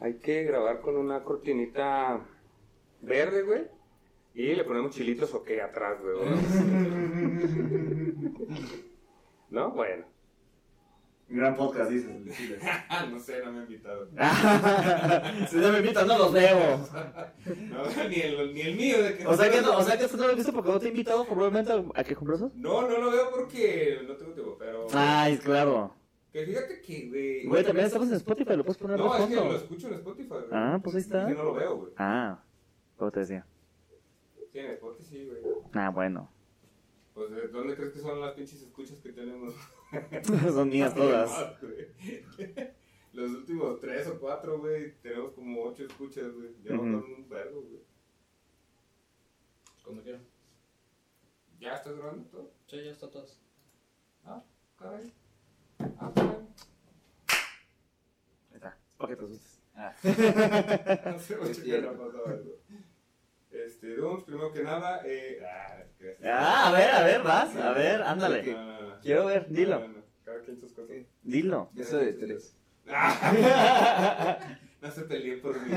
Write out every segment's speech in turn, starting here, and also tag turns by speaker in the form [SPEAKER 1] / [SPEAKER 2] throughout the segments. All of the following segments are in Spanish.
[SPEAKER 1] Hay que grabar con una cortinita verde, güey. Y le ponemos chilitos o qué atrás, güey. ¿No? Bueno.
[SPEAKER 2] Gran podcast, dices.
[SPEAKER 3] Ah, no sé, no me han invitado.
[SPEAKER 2] si no me invitas, no los veo.
[SPEAKER 3] No, ni, el, ni el mío. De que
[SPEAKER 2] O sea que no, o sea que esto no lo he visto porque no te he invitado probablemente a, a que comprases.
[SPEAKER 3] No, no lo veo porque no tengo tiempo, pero...
[SPEAKER 2] Ay, claro.
[SPEAKER 3] Que fíjate que, güey...
[SPEAKER 2] Güey, también estamos en Spotify, lo puedes poner de
[SPEAKER 3] No, es que
[SPEAKER 2] fondo.
[SPEAKER 3] lo escucho en Spotify, güey.
[SPEAKER 2] Ah, pues ahí está.
[SPEAKER 3] Yo no lo veo, güey.
[SPEAKER 2] Ah, como te decía.
[SPEAKER 3] Sí, en Spotify sí, güey.
[SPEAKER 2] Ah, bueno.
[SPEAKER 3] Pues, ¿de ¿dónde crees que son las pinches escuchas que tenemos?
[SPEAKER 2] Son mías todas.
[SPEAKER 3] Ah, güey. Los últimos tres o cuatro, güey, tenemos como ocho escuchas, güey. Ya no
[SPEAKER 2] Ujú.
[SPEAKER 3] son un verbo, güey.
[SPEAKER 4] Como quieran.
[SPEAKER 3] ¿Ya estás grabando todo?
[SPEAKER 4] Sí, ya está todas.
[SPEAKER 3] Ah, caray. Ah, caray.
[SPEAKER 2] Ahí está. Para que te asustes.
[SPEAKER 3] No sé, güey, qué le ha pasado algo. Este, Dums, primero que nada, eh... Ah, gracias.
[SPEAKER 2] Ah, a ver, a ver, vas. A ver,
[SPEAKER 3] No,
[SPEAKER 2] ándale.
[SPEAKER 3] no, no.
[SPEAKER 2] Quiero ver, dilo.
[SPEAKER 3] No, no, no. Cada quien sus cosas.
[SPEAKER 2] Dilo.
[SPEAKER 3] Ya
[SPEAKER 1] Eso de tres.
[SPEAKER 3] No se peleen por mí.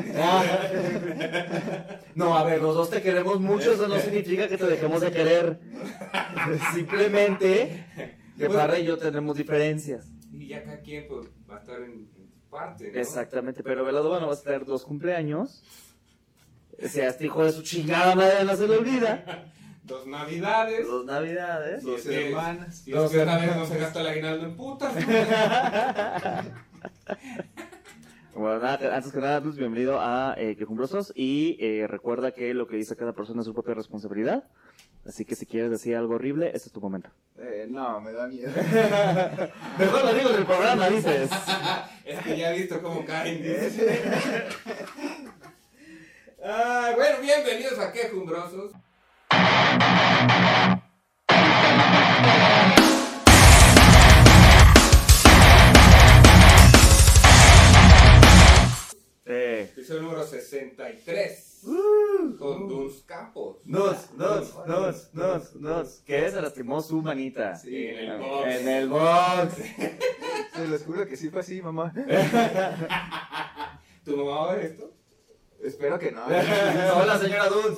[SPEAKER 2] No, a ver, los dos te queremos mucho, eso no significa que te dejemos de querer. Simplemente que Parra y yo tenemos diferencias.
[SPEAKER 3] Y ya cada quien pues, va a estar en, en su parte, ¿no?
[SPEAKER 2] Exactamente, pero Velado, bueno, vas a tener dos cumpleaños. Sea este hijo de su chingada madre, no se le olvida.
[SPEAKER 3] Dos navidades.
[SPEAKER 2] Dos navidades.
[SPEAKER 3] Si es
[SPEAKER 1] Dos
[SPEAKER 3] que-
[SPEAKER 1] hermanas.
[SPEAKER 3] Si es que esta vez no se gasta el aguinaldo en putas.
[SPEAKER 2] Bueno, nada, antes que nada, pues bienvenido a eh, Que Cumbrosos y eh, recuerda que lo que dice cada persona es su propia responsabilidad. Así que si quieres decir algo horrible, este es tu momento.
[SPEAKER 1] Eh, no, me da miedo.
[SPEAKER 2] Mejor lo digo del programa, dices.
[SPEAKER 3] es que ya he visto cómo caen. dice. Ah, bueno, bienvenidos a Quejumbrosos.
[SPEAKER 2] Eh,
[SPEAKER 3] Episodio número 63. Con Duns Campos.
[SPEAKER 2] Uh. nos, nos, nos, nos, nos. Que se lastimó su manita.
[SPEAKER 1] Sí,
[SPEAKER 3] en el
[SPEAKER 1] a-
[SPEAKER 3] box.
[SPEAKER 2] En el box.
[SPEAKER 1] Se los juro que sí fue así, mamá.
[SPEAKER 3] ¿Tu mamá va a ver esto?
[SPEAKER 1] Espero que no.
[SPEAKER 2] Hola, señora Dun.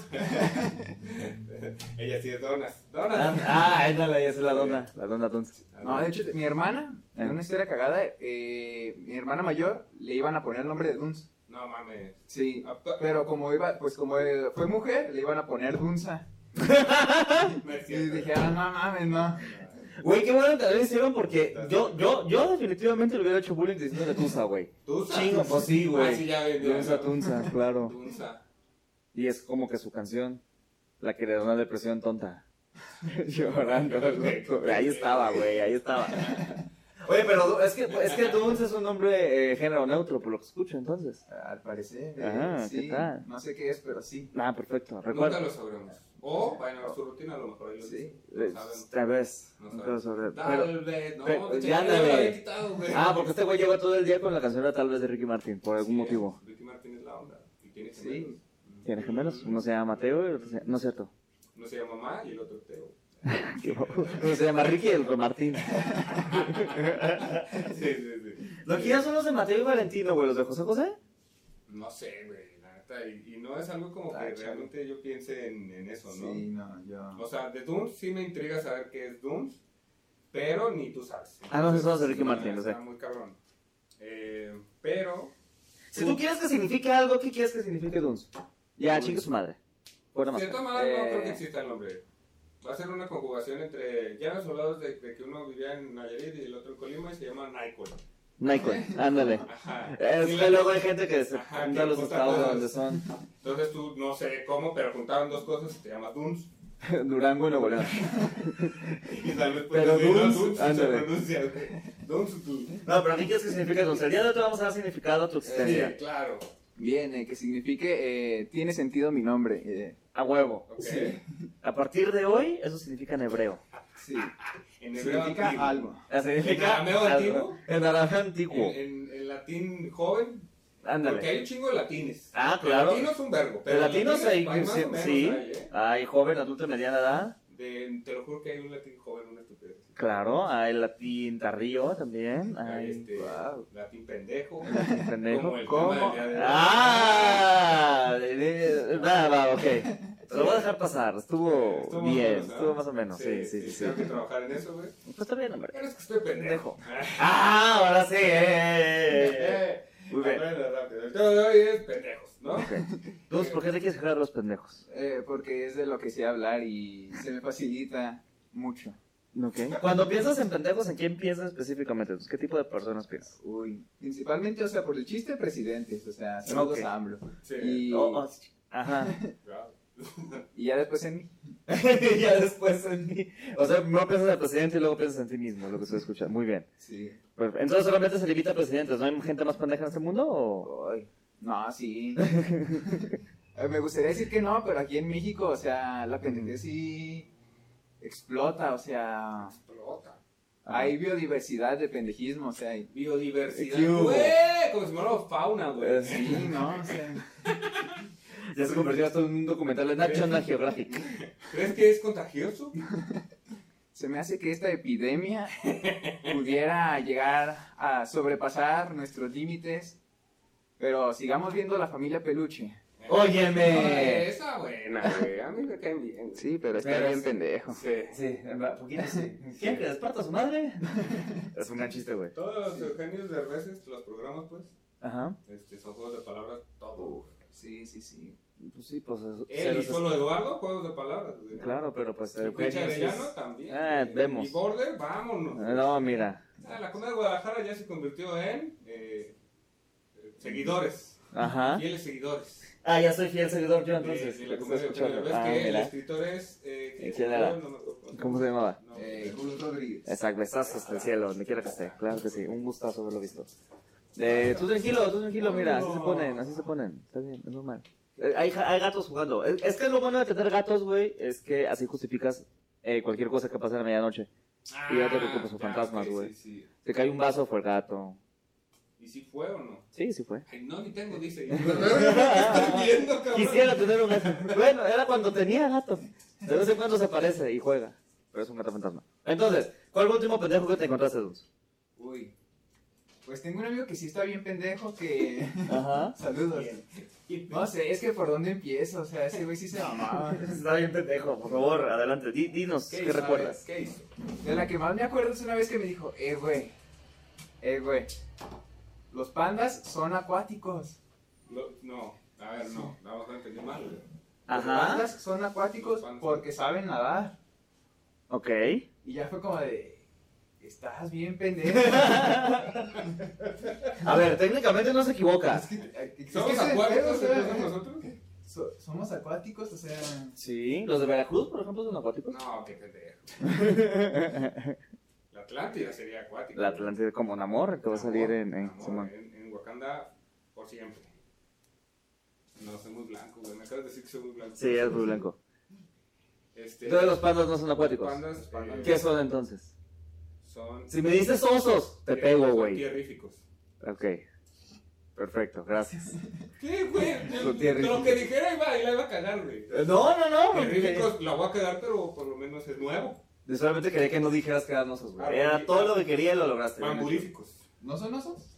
[SPEAKER 3] Ella sí es donas. Donas.
[SPEAKER 2] Ah, ándale, ya es la dona. La dona Dun.
[SPEAKER 1] No, de hecho, mi hermana, en una historia cagada, eh, mi hermana mayor le iban a poner el nombre de Duns.
[SPEAKER 3] No mames.
[SPEAKER 1] Sí,
[SPEAKER 3] Ah, pa-
[SPEAKER 1] pero como iba, pues como eh, fue mujer, le iban a poner Dunsa.
[SPEAKER 3] No es
[SPEAKER 1] Y
[SPEAKER 3] cierto.
[SPEAKER 1] dije, ah, no mames, no.
[SPEAKER 2] Güey, qué bueno que lo hicieron porque yo, yo, yo definitivamente le hubiera hecho bullying diciéndole tusa, güey.
[SPEAKER 3] Dunsa.
[SPEAKER 2] Chingo, pues sí,
[SPEAKER 3] Ah, sí,
[SPEAKER 2] güey.
[SPEAKER 3] ya vendió.
[SPEAKER 2] Tunza, tunza, claro.
[SPEAKER 3] Dunsa.
[SPEAKER 2] Y es como que su canción, la que le da una depresión tonta. Llorando, loco. Ahí estaba, güey, ahí estaba. Oye, pero es que, es que Dunce es un nombre eh, género neutro, por lo que escucho, entonces.
[SPEAKER 1] Al parecer, eh,
[SPEAKER 2] Ajá,
[SPEAKER 1] sí,
[SPEAKER 2] ¿qué tal?
[SPEAKER 1] no sé qué es, pero sí.
[SPEAKER 2] Ah, perfecto,
[SPEAKER 3] Nunca
[SPEAKER 2] recuerdo.
[SPEAKER 3] lo sabremos. O, bueno, a su rutina a lo mejor ellos
[SPEAKER 1] Sí.
[SPEAKER 3] lo saben.
[SPEAKER 2] Eh, Tal vez.
[SPEAKER 3] No
[SPEAKER 2] nunca lo sabré,
[SPEAKER 3] Tal
[SPEAKER 2] pero-
[SPEAKER 3] vez, no,
[SPEAKER 2] pero-
[SPEAKER 3] te-
[SPEAKER 2] ya
[SPEAKER 3] ya lo
[SPEAKER 2] dale.
[SPEAKER 3] había quitado, güey.
[SPEAKER 2] Ah, porque este güey lleva todo el día con la canción de tal vez de Ricky Martin, por algún
[SPEAKER 3] Sí,
[SPEAKER 2] motivo.
[SPEAKER 3] Ricky Martin es la onda. Y tiene
[SPEAKER 1] Sí.
[SPEAKER 3] gemelos.
[SPEAKER 2] Tiene gemelos. Uno se llama Mateo y el otro se No es cierto.
[SPEAKER 3] Uno se llama Ma y el otro Teo.
[SPEAKER 2] Uno se llama Ricky y el otro Martín.
[SPEAKER 3] sí, sí, sí.
[SPEAKER 2] Lo que ya son los de Mateo y Valentino, güey. ¿Los de José José?
[SPEAKER 3] No sé, güey, la neta. Y, y no es algo como
[SPEAKER 1] Ah,
[SPEAKER 3] que
[SPEAKER 1] chale.
[SPEAKER 3] realmente yo piense en, en eso, ¿no?
[SPEAKER 1] Sí, no, yo.
[SPEAKER 3] O sea, de Dooms sí me intriga saber qué es Dooms, pero ni tú sabes.
[SPEAKER 2] Ah, no, esos son de Ricky
[SPEAKER 3] no,
[SPEAKER 2] Martin, lo sé.
[SPEAKER 3] Está muy cabrón. Eh, pero,
[SPEAKER 2] Si tú quieres que signifique algo, ¿qué quieres que signifique Duns? Ya, chingue su madre. Fuera
[SPEAKER 3] de
[SPEAKER 2] más.
[SPEAKER 3] cierta manera, no
[SPEAKER 1] Eh.
[SPEAKER 3] creo que exista el nombre. Va a ser una conjugación entre. Ya los soldados de, de que uno vivía en Nayarit y el otro en Colima y se llama Naikol.
[SPEAKER 2] Nike, ándale.
[SPEAKER 3] Ajá.
[SPEAKER 2] Es
[SPEAKER 3] Sí,
[SPEAKER 2] que
[SPEAKER 3] la-
[SPEAKER 2] luego hay gente que se
[SPEAKER 3] Ajá,
[SPEAKER 2] junta a
[SPEAKER 3] que
[SPEAKER 2] los
[SPEAKER 3] junta
[SPEAKER 2] estados de
[SPEAKER 3] cosas.
[SPEAKER 2] donde son.
[SPEAKER 3] Entonces tú, no sé cómo, pero juntaron dos cosas y te llamas Dooms.
[SPEAKER 2] Durango y Nuevo León.
[SPEAKER 3] Y tal vez
[SPEAKER 2] Pero
[SPEAKER 3] decir, no,
[SPEAKER 2] Dooms,
[SPEAKER 3] Dooms sí se
[SPEAKER 2] ándale.
[SPEAKER 3] pronuncia. güey. Dooms, Dooms.
[SPEAKER 2] No, pero ¿qué quieres que signifique Duns? El día de hoy te vamos a dar significado a tu
[SPEAKER 3] Eh, Sí,
[SPEAKER 2] existencia.
[SPEAKER 3] claro.
[SPEAKER 1] Bien, eh, que signifique, eh, tiene sentido mi nombre. eh,
[SPEAKER 2] A huevo.
[SPEAKER 3] Ok.
[SPEAKER 2] A partir de hoy, eso significa en hebreo.
[SPEAKER 1] sí,
[SPEAKER 3] En hebreo antiguo.
[SPEAKER 1] significa algo.
[SPEAKER 2] Ah, Significa.
[SPEAKER 3] ¿En arameo antiguo? Eh,
[SPEAKER 2] En arameo
[SPEAKER 3] En,
[SPEAKER 2] antiguo.
[SPEAKER 3] en- en latín joven, porque
[SPEAKER 2] Ándale.
[SPEAKER 3] hay un chingo de latines.
[SPEAKER 2] Ah, claro.
[SPEAKER 3] El latino es un verbo.
[SPEAKER 2] De
[SPEAKER 3] Pero
[SPEAKER 2] latinos hay
[SPEAKER 3] más o
[SPEAKER 2] inclusive,
[SPEAKER 3] menos,
[SPEAKER 2] sí.
[SPEAKER 3] hay, ¿eh?
[SPEAKER 2] Hay joven, adulto, mediana edad.
[SPEAKER 3] De- te lo juro que hay un latín joven, una estupidez.
[SPEAKER 2] Claro, hay latín tarrío también.
[SPEAKER 3] Hay
[SPEAKER 2] Hay,
[SPEAKER 3] este,
[SPEAKER 2] wow,
[SPEAKER 3] latín pendejo.
[SPEAKER 2] latín pendejo.
[SPEAKER 3] Como el
[SPEAKER 5] ¿Cómo?
[SPEAKER 3] tema del día de hoy.
[SPEAKER 2] ¡Ah! Eh, Va, va, ok. Te lo voy a dejar pasar. Estuvo,
[SPEAKER 3] Estuvo más o
[SPEAKER 2] bien,
[SPEAKER 3] menos, ¿no?
[SPEAKER 2] estuvo más o menos. Sí, sí, sí. sí.
[SPEAKER 3] Tengo que trabajar en eso, güey.
[SPEAKER 2] Pues está bien, hombre.
[SPEAKER 3] Pero es que estoy pendejo.
[SPEAKER 2] ¡Ah! Ahora sí. eh, eh, eh.
[SPEAKER 3] Eh,
[SPEAKER 2] Muy bien.
[SPEAKER 3] aprende rápido. El tema de hoy es pendejos, ¿no?
[SPEAKER 2] Ok. Entonces, ¿por qué te quieres jugar a los pendejos?
[SPEAKER 1] Eh, porque es de lo que sé hablar y se me facilita mucho.
[SPEAKER 2] Cuando piensas en pendejos, ¿en quién piensas específicamente? ¿Qué tipo de personas piensas?
[SPEAKER 1] Uy, principalmente, o sea, por el chiste de presidentes, o sea, saludos
[SPEAKER 2] Ok.
[SPEAKER 1] a AMLO.
[SPEAKER 3] Sí.
[SPEAKER 1] Y,
[SPEAKER 2] Oh, oh, Ajá.
[SPEAKER 3] Claro.
[SPEAKER 1] y ya después en mí.
[SPEAKER 2] ya después en mí. O sea, no piensas al presidente y luego piensas en ti mismo, lo que estoy escuchando. Muy bien.
[SPEAKER 1] Sí.
[SPEAKER 2] Perfecto. Entonces solamente se limita a presidentes. ¿No hay gente más pendeja en este mundo? O...
[SPEAKER 1] Uy, no, sí. Eh, me gustaría decir que no, pero aquí en México, o sea, la pendejez sí explota, o sea,
[SPEAKER 3] Explota.
[SPEAKER 1] hay biodiversidad de pendejismo, o sea, y-
[SPEAKER 2] ¿Qué
[SPEAKER 3] Biodiversidad.
[SPEAKER 2] hubo?
[SPEAKER 3] Güey, como si fuera fauna, güey.
[SPEAKER 2] Es-
[SPEAKER 1] sí, ¿no? O sea,
[SPEAKER 2] Ya se convirtió hasta en un documental de National Geographic.
[SPEAKER 3] ¿Crees que es contagioso?
[SPEAKER 1] se me hace que esta epidemia pudiera llegar a sobrepasar nuestros límites, pero sigamos viendo la familia peluche.
[SPEAKER 2] Óyeme.
[SPEAKER 3] Esa, güey.
[SPEAKER 5] Buena, güey. A mí me caen bien.
[SPEAKER 1] Sí, pero
[SPEAKER 2] está Pero bien sí.
[SPEAKER 1] pendejo.
[SPEAKER 5] Sí.
[SPEAKER 2] Sí, poquito sí. ¿Quién que desparta a su madre? Es un gran chiste, güey.
[SPEAKER 3] Todos los Eugenios de veces, los programas, pues,
[SPEAKER 2] Ajá.
[SPEAKER 3] este, son juegos de palabras, todo.
[SPEAKER 1] Sí, sí, sí.
[SPEAKER 2] Pues sí, pues. es-
[SPEAKER 3] Él y
[SPEAKER 2] se los-
[SPEAKER 3] solo Eduardo, juegos de palabras. güey.
[SPEAKER 2] Claro, pero pues.
[SPEAKER 3] Y
[SPEAKER 2] Eugenio sí
[SPEAKER 3] Cucha
[SPEAKER 2] es-
[SPEAKER 3] Arellano también.
[SPEAKER 2] Ah,
[SPEAKER 3] güey.
[SPEAKER 2] vemos.
[SPEAKER 3] Y Border, vámonos.
[SPEAKER 2] No, mira.
[SPEAKER 3] Ah, la Comuna de Guadalajara ya se convirtió en eh, eh, seguidores,
[SPEAKER 2] Ajá.
[SPEAKER 3] fieles seguidores.
[SPEAKER 2] Ah, ya soy fiel seguidor
[SPEAKER 3] De-
[SPEAKER 2] yo Ah. entonces.
[SPEAKER 3] de la
[SPEAKER 2] Estoy
[SPEAKER 3] Comuna de
[SPEAKER 2] escuchando.
[SPEAKER 3] Guadalajara. ¿Ves
[SPEAKER 2] Ah,
[SPEAKER 3] que el
[SPEAKER 2] mira.
[SPEAKER 3] escritor es. eh, que-
[SPEAKER 2] ¿Quién era?
[SPEAKER 3] no me acuerdo.
[SPEAKER 2] ¿Cómo se llamaba?
[SPEAKER 3] No,
[SPEAKER 1] Eh, Julio Rodríguez.
[SPEAKER 2] Exacto, besazo hasta el cielo, donde quiera que esté. Claro que sí, un gustazo haberlo visto. Eh, tú tranquilo, tú tranquilo, mira, así se ponen, así se ponen. Está bien, es normal. Eh, hay, ja- hay gatos jugando. Es, es que lo bueno de tener gatos, güey, es que así justificas eh, cualquier cosa que pase a la medianoche. Y ya te preocupas por
[SPEAKER 3] Ah, ya,
[SPEAKER 2] fantasmas,
[SPEAKER 3] ok,
[SPEAKER 2] güey.
[SPEAKER 3] sí, sí.
[SPEAKER 2] Se cae un vaso, fue el gato.
[SPEAKER 3] ¿Y si fue o no?
[SPEAKER 2] Sí, sí fue.
[SPEAKER 3] Ay, no, ni tengo, dice. Y- Estoy viendo, cabrón.
[SPEAKER 2] Quisiera tener un gato. Bueno, era cuando tenía gato. De vez en cuando se aparece y juega. Pero es un gato fantasma. Entonces, ¿cuál fue el último pendejo que te encontraste, Duns?
[SPEAKER 1] Uy. Pues tengo un amigo que sí está bien pendejo que...
[SPEAKER 2] Ajá.
[SPEAKER 1] Saludos. No sé, es que por dónde empiezo, o sea, ese güey sí se mamaba.
[SPEAKER 2] Está bien pendejo, por favor, adelante. Di- dinos, ¿qué,
[SPEAKER 3] hizo?
[SPEAKER 2] recuerdas?
[SPEAKER 3] ¿Qué hizo?
[SPEAKER 1] De la que más me acuerdo es una vez que me dijo, eh, güey, eh, güey, los pandas son acuáticos.
[SPEAKER 3] Lo- no, a ver, no, vamos a entender mal. güey.
[SPEAKER 1] Los
[SPEAKER 2] Ajá.
[SPEAKER 1] pandas son acuáticos
[SPEAKER 3] Los pandas.
[SPEAKER 1] porque saben nadar.
[SPEAKER 2] Ok.
[SPEAKER 1] Y ya fue como de, estás bien pendejo.
[SPEAKER 2] A ver, técnicamente no se equivoca.
[SPEAKER 3] ¿Somos
[SPEAKER 1] Es que ese pedo, o
[SPEAKER 3] acuáticos
[SPEAKER 1] sea,
[SPEAKER 3] entonces nosotros?
[SPEAKER 1] so- somos acuáticos, o sea...
[SPEAKER 2] Sí. ¿Los de Veracruz, por ejemplo, son acuáticos?
[SPEAKER 3] No, qué pendejo. La Atlántida sería acuática.
[SPEAKER 2] La Atlántida como un amor que va a salir en, en
[SPEAKER 3] Amor,
[SPEAKER 2] Simón.
[SPEAKER 3] en- en Wakanda por siempre. No, soy muy blanco, güey. Me acabas de decir que soy muy blanco.
[SPEAKER 2] Sí, es muy blanco.
[SPEAKER 3] Este,
[SPEAKER 2] Entonces los pandas no son acuáticos.
[SPEAKER 3] pandas, pandas
[SPEAKER 2] ¿Qué son entonces?
[SPEAKER 3] son...
[SPEAKER 2] Si me dices osos, te pego,
[SPEAKER 3] son
[SPEAKER 2] güey.
[SPEAKER 3] Tierríficos.
[SPEAKER 2] Ok. Perfecto, gracias.
[SPEAKER 3] ¿Qué, güey?
[SPEAKER 1] Son
[SPEAKER 3] Yo-
[SPEAKER 1] tierríficos.
[SPEAKER 3] Lo que dijera iba, la iba a cagar, güey.
[SPEAKER 2] Eh, No, no, no. porque-
[SPEAKER 3] Tierríficos la voy a cagar, pero por lo menos es nuevo.
[SPEAKER 2] Solamente quería que no dijeras que eran osos,
[SPEAKER 3] Ah,
[SPEAKER 2] güey. Era todo lo que quería y lo lograste.
[SPEAKER 3] Mamburíficos.
[SPEAKER 1] ¿No son osos?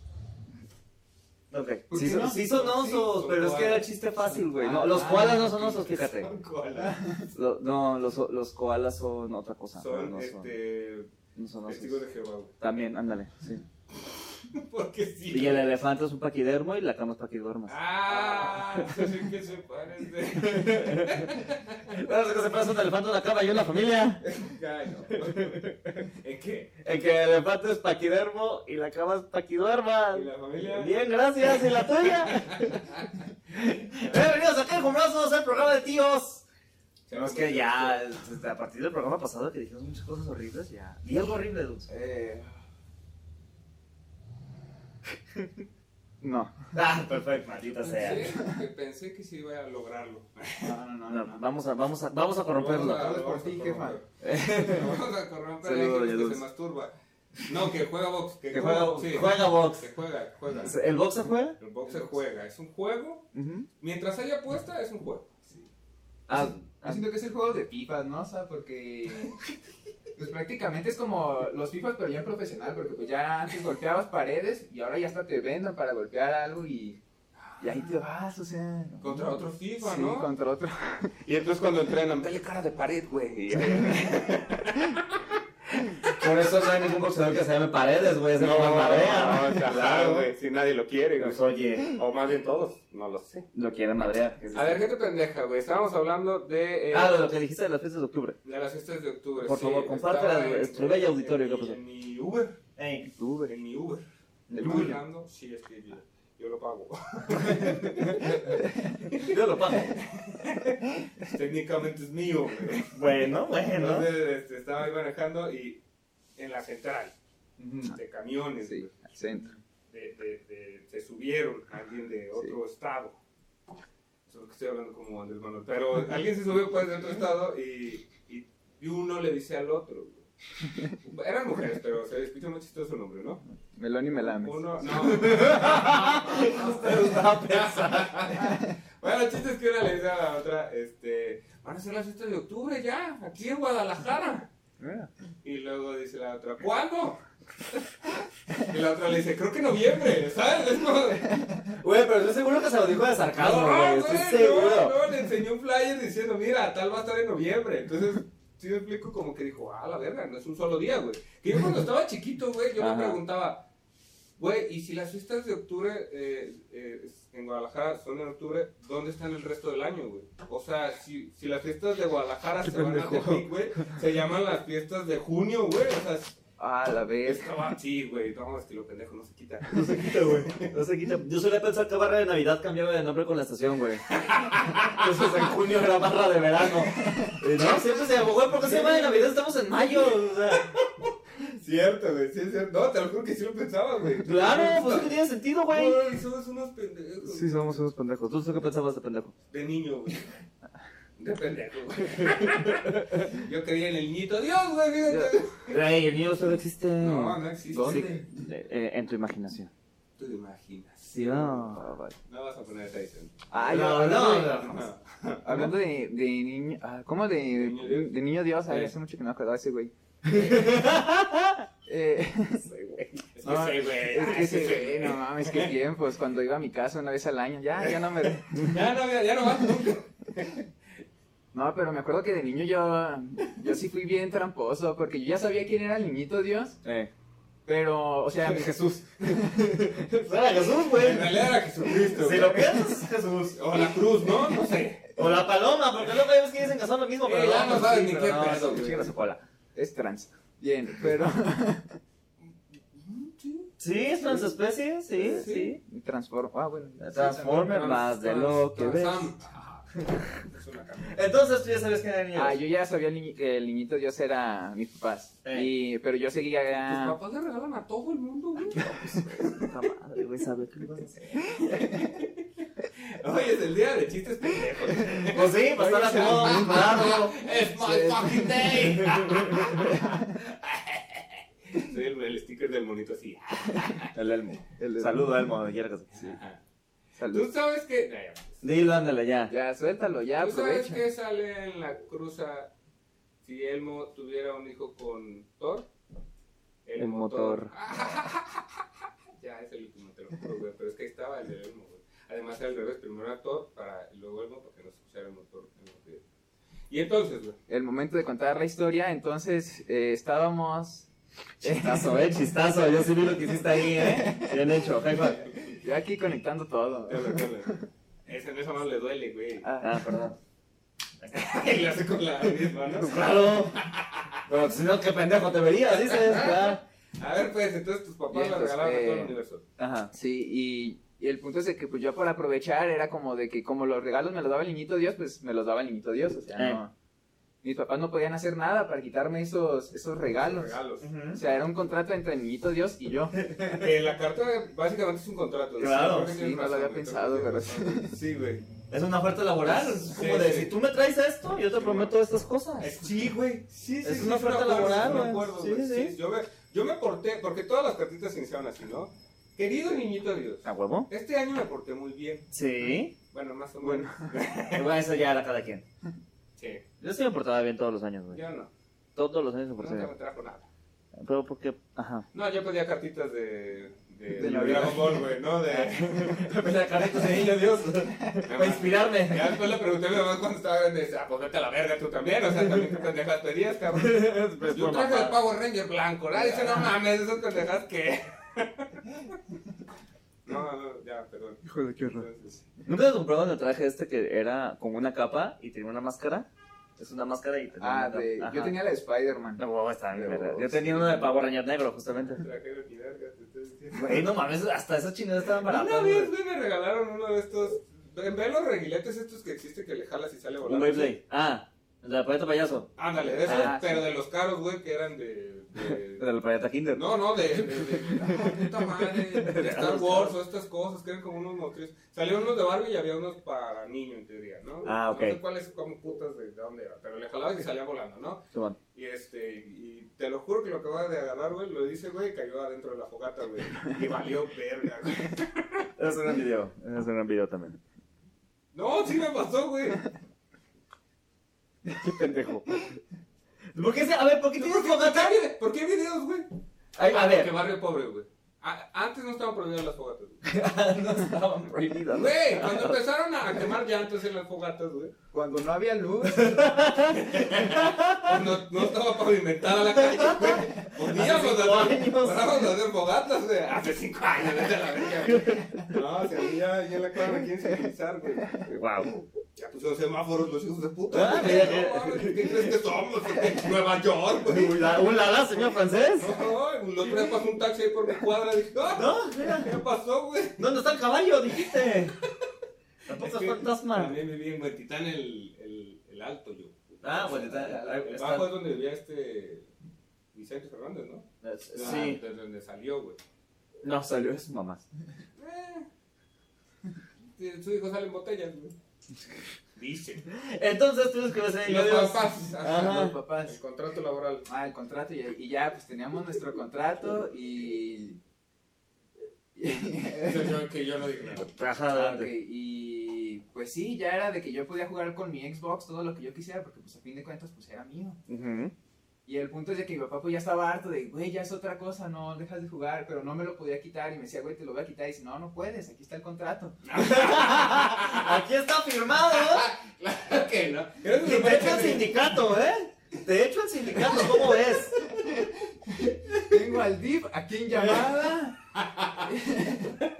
[SPEAKER 2] Ok.
[SPEAKER 1] ¿Por
[SPEAKER 2] Sí
[SPEAKER 1] qué
[SPEAKER 2] son,
[SPEAKER 1] no?
[SPEAKER 2] sí son osos,
[SPEAKER 3] Sí, son
[SPEAKER 2] pero es que era
[SPEAKER 3] koalas.
[SPEAKER 2] chiste fácil, güey.
[SPEAKER 1] Ah,
[SPEAKER 2] No, los
[SPEAKER 1] ah,
[SPEAKER 2] koalas no son osos, fíjate.
[SPEAKER 3] Son
[SPEAKER 2] Ah,
[SPEAKER 3] koalas.
[SPEAKER 2] Lo- no, los, los koalas son otra cosa.
[SPEAKER 3] Son,
[SPEAKER 2] no, no son,
[SPEAKER 3] este...
[SPEAKER 2] no son osos.
[SPEAKER 3] Testigos de Jehová, güey.
[SPEAKER 2] También, ándale. Sí.
[SPEAKER 3] Porque sí.
[SPEAKER 2] Y el elefante es un paquidermo y la cama es paquiderma.
[SPEAKER 3] Ah, entonces que se parece.
[SPEAKER 2] Bueno, ¿qué se pasa un elefante, una cama y una familia?
[SPEAKER 3] Ay, no. ¿En qué?
[SPEAKER 2] En que el elefante es paquidermo y la cama es paquiderma.
[SPEAKER 3] ¿Y la familia?
[SPEAKER 2] Bien, gracias. ¿Y la tuya? Bienvenidos a Quejo Brazos, el programa de tíos. No, es que ya, desde a partir del programa pasado que dijimos muchas cosas horribles, ya. Y algo horrible, Dulce.
[SPEAKER 1] Eh... No.
[SPEAKER 2] Ah, perfecto, maldita sea.
[SPEAKER 3] Pensé, que pensé que sí iba a lograrlo.
[SPEAKER 1] No, no, no, no.
[SPEAKER 2] No, vamos a, vamos a, vamos a
[SPEAKER 3] Vamos
[SPEAKER 2] corromperlo.
[SPEAKER 3] a-
[SPEAKER 1] Hablas por
[SPEAKER 3] vamos a
[SPEAKER 1] ti, jefa.
[SPEAKER 3] corromper. Vamos a corromper a
[SPEAKER 2] Saludos,
[SPEAKER 3] alguien que
[SPEAKER 2] Yadulce.
[SPEAKER 3] se masturba. No, que juega box. Que,
[SPEAKER 2] Que juega,
[SPEAKER 3] box. Sí,
[SPEAKER 2] juega box.
[SPEAKER 3] Que juega, juega.
[SPEAKER 2] ¿El box se juega?
[SPEAKER 3] El box se juega. Es un juego.
[SPEAKER 2] Ujú.
[SPEAKER 3] Mientras haya apuesta, es un juego.
[SPEAKER 2] Ah,
[SPEAKER 1] ah. Yo siento que es el juego de pipas, ¿no? O sea, porque Pues prácticamente es como los FIFAs, pero ya en profesional, porque pues ya antes golpeabas paredes y ahora ya hasta te vendan para golpear algo y, y ahí te vas, o sea. no.
[SPEAKER 3] Contra otro FIFA,
[SPEAKER 1] Sí,
[SPEAKER 3] ¿no?
[SPEAKER 1] contra otro.
[SPEAKER 6] Y entonces cuando entrenan, dale cara de pared, güey. Y-
[SPEAKER 2] Por eso no hay ningún boxeador que se llame Paredes, güey. Se
[SPEAKER 6] No,
[SPEAKER 2] no,
[SPEAKER 6] no,
[SPEAKER 2] madrea.
[SPEAKER 6] no, ajá, güey, si nadie lo quiere, güey.
[SPEAKER 2] Pues, oye,
[SPEAKER 6] O más bien todos, no lo sé.
[SPEAKER 2] lo quieren madrear.
[SPEAKER 3] A ver, gente pendeja, güey. Estábamos hablando de. eh,
[SPEAKER 2] Ah, lo que dijiste de las fiestas de octubre.
[SPEAKER 3] De las fiestas de octubre.
[SPEAKER 2] Por favor, compártelas,
[SPEAKER 3] estaba
[SPEAKER 2] güey,
[SPEAKER 3] en-
[SPEAKER 2] es tu bello auditorio,
[SPEAKER 3] en
[SPEAKER 2] ¿qué
[SPEAKER 3] mi-
[SPEAKER 2] pasó?
[SPEAKER 3] En mi Uber.
[SPEAKER 2] Octubre.
[SPEAKER 3] En mi Uber.
[SPEAKER 2] El
[SPEAKER 3] ¿Está
[SPEAKER 2] tuyo.
[SPEAKER 3] pagando? Sí, es que yo, yo lo pago.
[SPEAKER 2] Yo lo pago.
[SPEAKER 3] Técnicamente es mío, güey.
[SPEAKER 2] Bueno, bueno.
[SPEAKER 3] Entonces este, estaba ahí manejando y en la central de camiones
[SPEAKER 1] Sí,
[SPEAKER 3] güey,
[SPEAKER 1] al centro.
[SPEAKER 3] de- de- de- se subieron alguien de otro estado. Eso es lo que estoy hablando como Andrés Manuel. Pero alguien se subió pues de otro estado y, y- y uno le dice al otro. güey. Eran mujeres, pero se escucha muy chistoso su nombre, ¿no?
[SPEAKER 1] Melón y melames.
[SPEAKER 3] Uno, no. Bueno, el chiste es que una le dice a la otra, este, van a ser las fiestas de octubre ya, aquí en Guadalajara.
[SPEAKER 1] Mira.
[SPEAKER 3] Y luego dice la otra, ¿cuándo? Y la otra le dice, creo que noviembre, ¿sabes? Es como,
[SPEAKER 2] Güey, pero estoy seguro que se lo dijo de sarcasmo,
[SPEAKER 3] no,
[SPEAKER 2] güey.
[SPEAKER 3] güey,
[SPEAKER 2] Estoy
[SPEAKER 3] no,
[SPEAKER 2] seguro.
[SPEAKER 3] no, le enseñó un flyer diciendo, mira, tal va a estar en noviembre. Entonces, sí me explico como que dijo, ah, la verga, no es un solo día, güey. Que yo cuando estaba chiquito, güey, yo
[SPEAKER 2] Ajá.
[SPEAKER 3] me preguntaba, güey, ¿y si las fiestas de octubre eh, eh, en Guadalajara son en octubre, dónde están el resto del año, güey? O sea, si, si las fiestas de Guadalajara se van a Tepic, güey, se llaman las fiestas de junio, güey. O sea,
[SPEAKER 1] Ah, la vez.
[SPEAKER 3] estaba, sí, güey, no, es que lo pendejo no se quita.
[SPEAKER 2] No se quita, güey. No se quita. Yo solía pensar que barra de Navidad cambiaba de nombre con la estación, güey. Entonces en junio era barra de verano. Y no, siempre se llamó, güey, ¿por qué se llama de Navidad? Estamos en mayo. O sea,
[SPEAKER 3] Cierto, güey, sí es cierto. No, te lo juro que sí lo pensaba, güey.
[SPEAKER 2] claro, pues eso tiene sentido, güey.
[SPEAKER 3] Ay, somos unos pendejos.
[SPEAKER 2] somos unos pendejos. ¿Tú qué pensabas de pendejo?
[SPEAKER 3] De niño, güey. De pendejo, güey. Yo creía en el niñito. Dios, güey, fíjate.
[SPEAKER 2] Güey, el mío solo existe.
[SPEAKER 3] No, no existe.
[SPEAKER 2] Sí, eh, en tu imaginación. Ah,
[SPEAKER 3] Tú te imaginas.
[SPEAKER 2] Sí, no.
[SPEAKER 3] No vas a poner esa edición.
[SPEAKER 1] Ay,
[SPEAKER 2] no,
[SPEAKER 1] hablando de-
[SPEAKER 2] no, no.
[SPEAKER 1] Hablando de, de niño. ah, ¿Cómo de,
[SPEAKER 3] Niño Dios.
[SPEAKER 1] de niño Dios? Ay,
[SPEAKER 3] Sí.
[SPEAKER 1] hace mucho que no me acordaba de ese güey. eh,
[SPEAKER 3] Es que sí, güey.
[SPEAKER 1] No, es
[SPEAKER 3] Ah,
[SPEAKER 1] que
[SPEAKER 3] es que
[SPEAKER 1] ese
[SPEAKER 3] sí.
[SPEAKER 1] güey, no mames, qué tiempos. Cuando iba a mi casa una vez al año, ya, ya no me.
[SPEAKER 3] Ya no, ya, ya no vas nunca.
[SPEAKER 1] No, pero me acuerdo que de niño yo, yo sí fui bien tramposo, porque yo ya sabía quién era el niñito Dios,
[SPEAKER 2] Eh.
[SPEAKER 1] pero, o sea,
[SPEAKER 3] Jesús.
[SPEAKER 2] Era Jesús, güey.
[SPEAKER 3] En realidad era Jesucristo.
[SPEAKER 2] Si
[SPEAKER 3] güey.
[SPEAKER 2] lo piensas, es Jesús.
[SPEAKER 3] O la cruz, ¿no? No sé.
[SPEAKER 2] O la paloma, porque luego hay veces que dicen que son lo mismo, pero
[SPEAKER 3] Eh, ya no sabes ni qué
[SPEAKER 2] no,
[SPEAKER 3] pedo,
[SPEAKER 2] sí,
[SPEAKER 3] güey.
[SPEAKER 2] chinga su cola.
[SPEAKER 1] es trans. Bien, pero.
[SPEAKER 2] Sí, es transespecie, sí,
[SPEAKER 3] Sí.
[SPEAKER 2] sí.
[SPEAKER 1] Transformo. Ah, bueno.
[SPEAKER 2] Transformer
[SPEAKER 3] Trans-
[SPEAKER 2] más de lo que
[SPEAKER 3] trans-
[SPEAKER 2] ves.
[SPEAKER 3] transam. Ah, Es una cama.
[SPEAKER 2] Entonces tú ya sabes que era niño.
[SPEAKER 1] Ah, yo ya sabía el niñi- que el niñito Dios era mis papás.
[SPEAKER 2] Eh.
[SPEAKER 1] Y, pero yo
[SPEAKER 3] Tus
[SPEAKER 2] Ah.
[SPEAKER 1] seguía.
[SPEAKER 3] papás le regalan a todo el mundo, güey.
[SPEAKER 2] pues, Puta madre, güey, sabe qué le vas a hacer.
[SPEAKER 3] Hoy es el día de chistes pendejos.
[SPEAKER 2] Pues sí, pues ahora sí, no, claro.
[SPEAKER 3] It's my fucking day. Soy el, el sticker del monito así.
[SPEAKER 2] El Elmo.
[SPEAKER 1] El-
[SPEAKER 2] Saludo, Elmo, donde quiera que sea.
[SPEAKER 1] Salud.
[SPEAKER 3] Tú sabes que. no, ya.
[SPEAKER 2] Dilo, ándale, ya.
[SPEAKER 1] Ya, suéltalo, ya,
[SPEAKER 3] Tú sabes
[SPEAKER 1] aprovecha.
[SPEAKER 3] que sale en la cruza si Elmo tuviera un hijo con Thor.
[SPEAKER 2] El motor.
[SPEAKER 3] Ya es el último, te lo juro, güey. Pero es que ahí estaba el del Elmo, güey. Además era al revés, primero era Thor para y luego Elmo para que no se escuchara el motor. en los videos. Y entonces, güey.
[SPEAKER 1] El momento de contar la historia, entonces eh, estábamos.
[SPEAKER 2] Chistazo, eh, chistazo. Yo sí vi lo que hiciste ahí, eh. Bien hecho, jefa.
[SPEAKER 1] Yo aquí conectando todo.
[SPEAKER 3] Carla, Carla. Esa en esa mano le duele, güey.
[SPEAKER 1] Ah,
[SPEAKER 2] Ah, perdón.
[SPEAKER 3] Y le hace con la misma, ¿no?
[SPEAKER 2] Claro. Pero si no, qué pendejo te verías, dices, claro.
[SPEAKER 3] A ver, pues, entonces tus papás
[SPEAKER 1] Bien,
[SPEAKER 3] la
[SPEAKER 1] pues,
[SPEAKER 3] regalaron a todo el
[SPEAKER 1] eh,
[SPEAKER 3] universo.
[SPEAKER 2] Ajá.
[SPEAKER 1] sí, y, y el punto es de que pues yo para aprovechar era como de que como los regalos me los daba el niñito Dios, pues me los daba el niñito Dios, o sea,
[SPEAKER 2] Eh.
[SPEAKER 1] no. Mis papás no podían hacer nada para quitarme esos, esos regalos.
[SPEAKER 3] Regalos.
[SPEAKER 1] O sea, era un contrato entre el niñito Dios y yo.
[SPEAKER 3] Eh, la carta básicamente es un contrato. creo
[SPEAKER 2] Claro.
[SPEAKER 3] que
[SPEAKER 1] Sí,
[SPEAKER 3] tienes
[SPEAKER 1] no lo había
[SPEAKER 3] güey,
[SPEAKER 1] pensado,
[SPEAKER 3] creo que
[SPEAKER 1] pero
[SPEAKER 3] tienes razón. Sí, güey.
[SPEAKER 2] Es una oferta laboral. Es como
[SPEAKER 3] Sí,
[SPEAKER 2] de,
[SPEAKER 3] sí.
[SPEAKER 2] si tú me traes esto, yo te prometo estas cosas.
[SPEAKER 3] Es- Sí, güey. Sí, sí,
[SPEAKER 2] Es
[SPEAKER 3] sí,
[SPEAKER 2] una
[SPEAKER 3] me
[SPEAKER 2] oferta
[SPEAKER 3] acuerdo,
[SPEAKER 2] laboral,
[SPEAKER 3] sí, me
[SPEAKER 2] güey.
[SPEAKER 3] acuerdo,
[SPEAKER 2] Sí,
[SPEAKER 3] güey.
[SPEAKER 2] sí.
[SPEAKER 3] Sí, Yo me, yo me porté, porque todas las cartitas iniciaban así, ¿no? Querido niñito Dios,
[SPEAKER 2] ¿A huevo?
[SPEAKER 3] este año me porté muy bien.
[SPEAKER 2] Sí.
[SPEAKER 3] Bueno, más o menos.
[SPEAKER 2] Bueno, eso ya era cada quien.
[SPEAKER 3] Sí,
[SPEAKER 2] Yo sí me portaba bien todos los años, güey.
[SPEAKER 3] yo no.
[SPEAKER 2] Todos los años
[SPEAKER 3] No, no me
[SPEAKER 2] ofrecía.
[SPEAKER 3] trajo nada.
[SPEAKER 2] Pero porque, ajá.
[SPEAKER 3] No, yo pedía cartitas de. De,
[SPEAKER 2] De Navidad.
[SPEAKER 3] Dragon Ball, güey, ¿no? De.
[SPEAKER 7] Empecé a carritos de niño Dios. Para inspirarme.
[SPEAKER 3] Ya después le pregunté a mi mamá cuando estaba grande, dice, ah, pues vete a la verga tú también, o sea, también qué pendejas pedías, cabrón. Pues, Yo traje el Power Ranger blanco, ¿verdad? Dice, no mames, esas pendejas que... No, no, ya, perdón.
[SPEAKER 2] Hijo de qué
[SPEAKER 3] Entonces,
[SPEAKER 2] ¿Nunca te compraron el traje este que era con una capa y tenía una máscara? Es una máscara y tenía
[SPEAKER 1] Ah,
[SPEAKER 2] una
[SPEAKER 1] de,
[SPEAKER 2] capa.
[SPEAKER 1] yo
[SPEAKER 2] Ajá.
[SPEAKER 1] tenía la de Spider-Man.
[SPEAKER 2] No, wow, estaba bien,
[SPEAKER 1] De
[SPEAKER 2] verga. Yo
[SPEAKER 1] huevos.
[SPEAKER 2] tenía uno de Power Ranger negro, justamente.
[SPEAKER 3] traje de mi verga, te estoy diciendo.
[SPEAKER 2] Güey, no mames, hasta esas chingadas estaban baratas.
[SPEAKER 3] Una vez,
[SPEAKER 2] güey.
[SPEAKER 3] güey, me regalaron uno de estos... ¿Ven ven los reguiletes estos que existen que le jalas y sale
[SPEAKER 2] Un
[SPEAKER 3] volando?
[SPEAKER 2] Beyblade. Ah, el de la paleta payaso.
[SPEAKER 3] Ándale, de esos,
[SPEAKER 1] Ah,
[SPEAKER 3] pero
[SPEAKER 1] sí.
[SPEAKER 3] de los caros, güey, que eran de... de-
[SPEAKER 2] El de la paleta Kinder.
[SPEAKER 3] No, no, de, de, de- ah, puta madre, de Star Wars o estas cosas que eran como unos monstruos. Salieron unos de Barbie y había unos para niño en teoría, ¿no?
[SPEAKER 2] Ah, ok.
[SPEAKER 3] No sé cuáles como putas de, de dónde era, pero le jalabas y salía volando, ¿no?
[SPEAKER 2] Simón.
[SPEAKER 3] Y este, y te lo juro que lo acababa de agarrar, güey, lo dice, güey, y cayó adentro de la fogata, güey. Y valió verga, güey.
[SPEAKER 2] Ese es un gran video. Ese es un gran video también.
[SPEAKER 3] No, sí me pasó, güey.
[SPEAKER 2] Qué pendejo. ¿Por qué se- A ver, ¿por qué tienes fogata?
[SPEAKER 3] ¿Por qué- ¿Por qué videos, güey?
[SPEAKER 2] Ay, a
[SPEAKER 3] Porque
[SPEAKER 2] ver.
[SPEAKER 3] barrio pobre, güey. A- Antes no estaban prohibidas las fogatas, güey.
[SPEAKER 7] No estaban prohibidas.
[SPEAKER 3] Güey, cuando empezaron a quemar llantas en las fogatas, güey.
[SPEAKER 1] Cuando no había luz,
[SPEAKER 3] No, no estaba pavimentada la calle, güey. Podíamos
[SPEAKER 2] cinco
[SPEAKER 3] hacer,
[SPEAKER 2] años.
[SPEAKER 3] podíamos hacer fogatas, güey. Hace cinco años, vete a la verga, güey. No, si a mí ya, ya la acaban aquí en civilizar, güey.
[SPEAKER 2] Wow.
[SPEAKER 3] Ya pusieron semáforos los hijos de puta.
[SPEAKER 2] Ah,
[SPEAKER 3] güey.
[SPEAKER 2] mira,
[SPEAKER 3] No,
[SPEAKER 2] mira.
[SPEAKER 3] mames, ¿Qué crees que somos? Nueva York, güey.
[SPEAKER 2] ¿Un la- un Lala, señor francés?
[SPEAKER 3] No, el otro día pasó un taxi ahí por mi cuadra y dije, "Ah,
[SPEAKER 2] No, mira.
[SPEAKER 3] ¿qué pasó, güey?
[SPEAKER 2] ¿Dónde está el caballo? Dijiste. Tampoco
[SPEAKER 3] Es
[SPEAKER 2] es
[SPEAKER 3] que
[SPEAKER 2] fantasma.
[SPEAKER 3] También viví en Huetitán el, el, el alto, yo.
[SPEAKER 2] Ah, bueno, está-
[SPEAKER 3] El bajo es donde vivía este Vicente Fernández, ¿no?
[SPEAKER 2] Sí.
[SPEAKER 3] Desde donde salió, güey.
[SPEAKER 2] No, salió de su mamá.
[SPEAKER 3] Eh, Su hijo sale en botellas, güey. Dice. Ah,
[SPEAKER 2] Entonces tienes que ver
[SPEAKER 3] Y los papás.
[SPEAKER 2] Ajá.
[SPEAKER 3] ajá,
[SPEAKER 1] los papás.
[SPEAKER 3] El contrato laboral.
[SPEAKER 1] Ah, el contrato, y, y ya, pues teníamos nuestro contrato y. y-
[SPEAKER 3] Yo- yo- que yo no digo nada.
[SPEAKER 2] Ajá,
[SPEAKER 1] Ok,
[SPEAKER 3] Ah,
[SPEAKER 2] adelante.
[SPEAKER 1] y pues sí, ya era de que yo podía jugar con mi Xbox todo lo que yo quisiera, porque pues a fin de cuentas pues era mío. Y el punto es de que mi papá pues ya estaba harto de, güey, ya es otra cosa, no dejas de jugar, pero no me lo podía quitar y me decía, güey, te lo voy a quitar y dice, no, no puedes, aquí está el contrato.
[SPEAKER 2] Aquí está firmado, ¿eh?
[SPEAKER 3] Claro que no.
[SPEAKER 2] Y te echo el sindicato, ¿eh? Te echo el sindicato, ¿cómo ves?
[SPEAKER 1] Tengo al DIF aquí en llamada.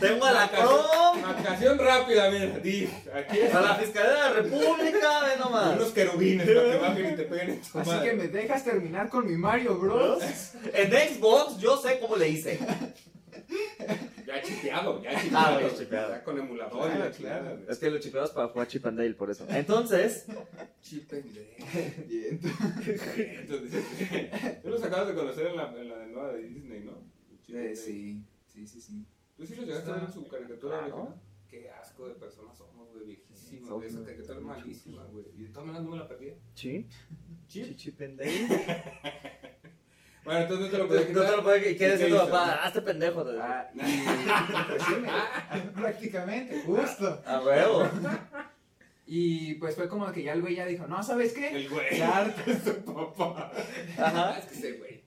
[SPEAKER 2] Tengo a la
[SPEAKER 3] Marcación-
[SPEAKER 2] PRO,
[SPEAKER 3] Marcación rápida, mira. Di, aquí
[SPEAKER 2] a la
[SPEAKER 3] están
[SPEAKER 2] Fiscalía de la República, ve nomás.
[SPEAKER 3] unos querubines para que bajen y te peguen en tu
[SPEAKER 1] Así
[SPEAKER 3] madre.
[SPEAKER 1] que me dejas terminar con mi Mario Bros.
[SPEAKER 2] En Xbox yo sé cómo le hice.
[SPEAKER 3] Ya chipeado, ya
[SPEAKER 2] Ah,
[SPEAKER 3] chipeado.
[SPEAKER 2] güey, chipeado.
[SPEAKER 3] Ya con emulador y
[SPEAKER 1] Claro,
[SPEAKER 3] la chingada.
[SPEAKER 1] claro.
[SPEAKER 3] güey.
[SPEAKER 2] Es que lo chipeabas para jugar Chip and Dale, por eso. Entonces,
[SPEAKER 1] Bien.
[SPEAKER 3] Entonces, tú los acabas de conocer en la, en la nueva de Disney, ¿no?
[SPEAKER 1] Eh, Sí, sí, sí, sí.
[SPEAKER 3] ¿Tú Pues sí lo llegaste a ver en su caricatura
[SPEAKER 2] Claro.
[SPEAKER 3] original? Qué asco de personas somos, güey, viejísimas. güey. Esa caricatura es malísima, güey. Y de todas maneras no me la perdí.
[SPEAKER 2] Chip,
[SPEAKER 3] Chip.
[SPEAKER 2] Chip and Dale.
[SPEAKER 3] Bueno, entonces no te lo
[SPEAKER 2] No
[SPEAKER 3] puedes
[SPEAKER 2] te
[SPEAKER 3] quitar.
[SPEAKER 2] lo puedes ¿qué
[SPEAKER 3] ¿Y
[SPEAKER 2] quieres
[SPEAKER 3] qué
[SPEAKER 2] decir tu
[SPEAKER 3] hizo?
[SPEAKER 2] papá? Hazte pendejo. te decía.
[SPEAKER 1] Ah, y pues sí, me- prácticamente, justo.
[SPEAKER 2] A huevo.
[SPEAKER 1] Y pues fue como que ya el güey ya dijo, no, ¿sabes qué?
[SPEAKER 3] El güey.
[SPEAKER 1] Ya harto.
[SPEAKER 3] Es su papá.
[SPEAKER 2] Ajá.
[SPEAKER 3] Es que ese güey.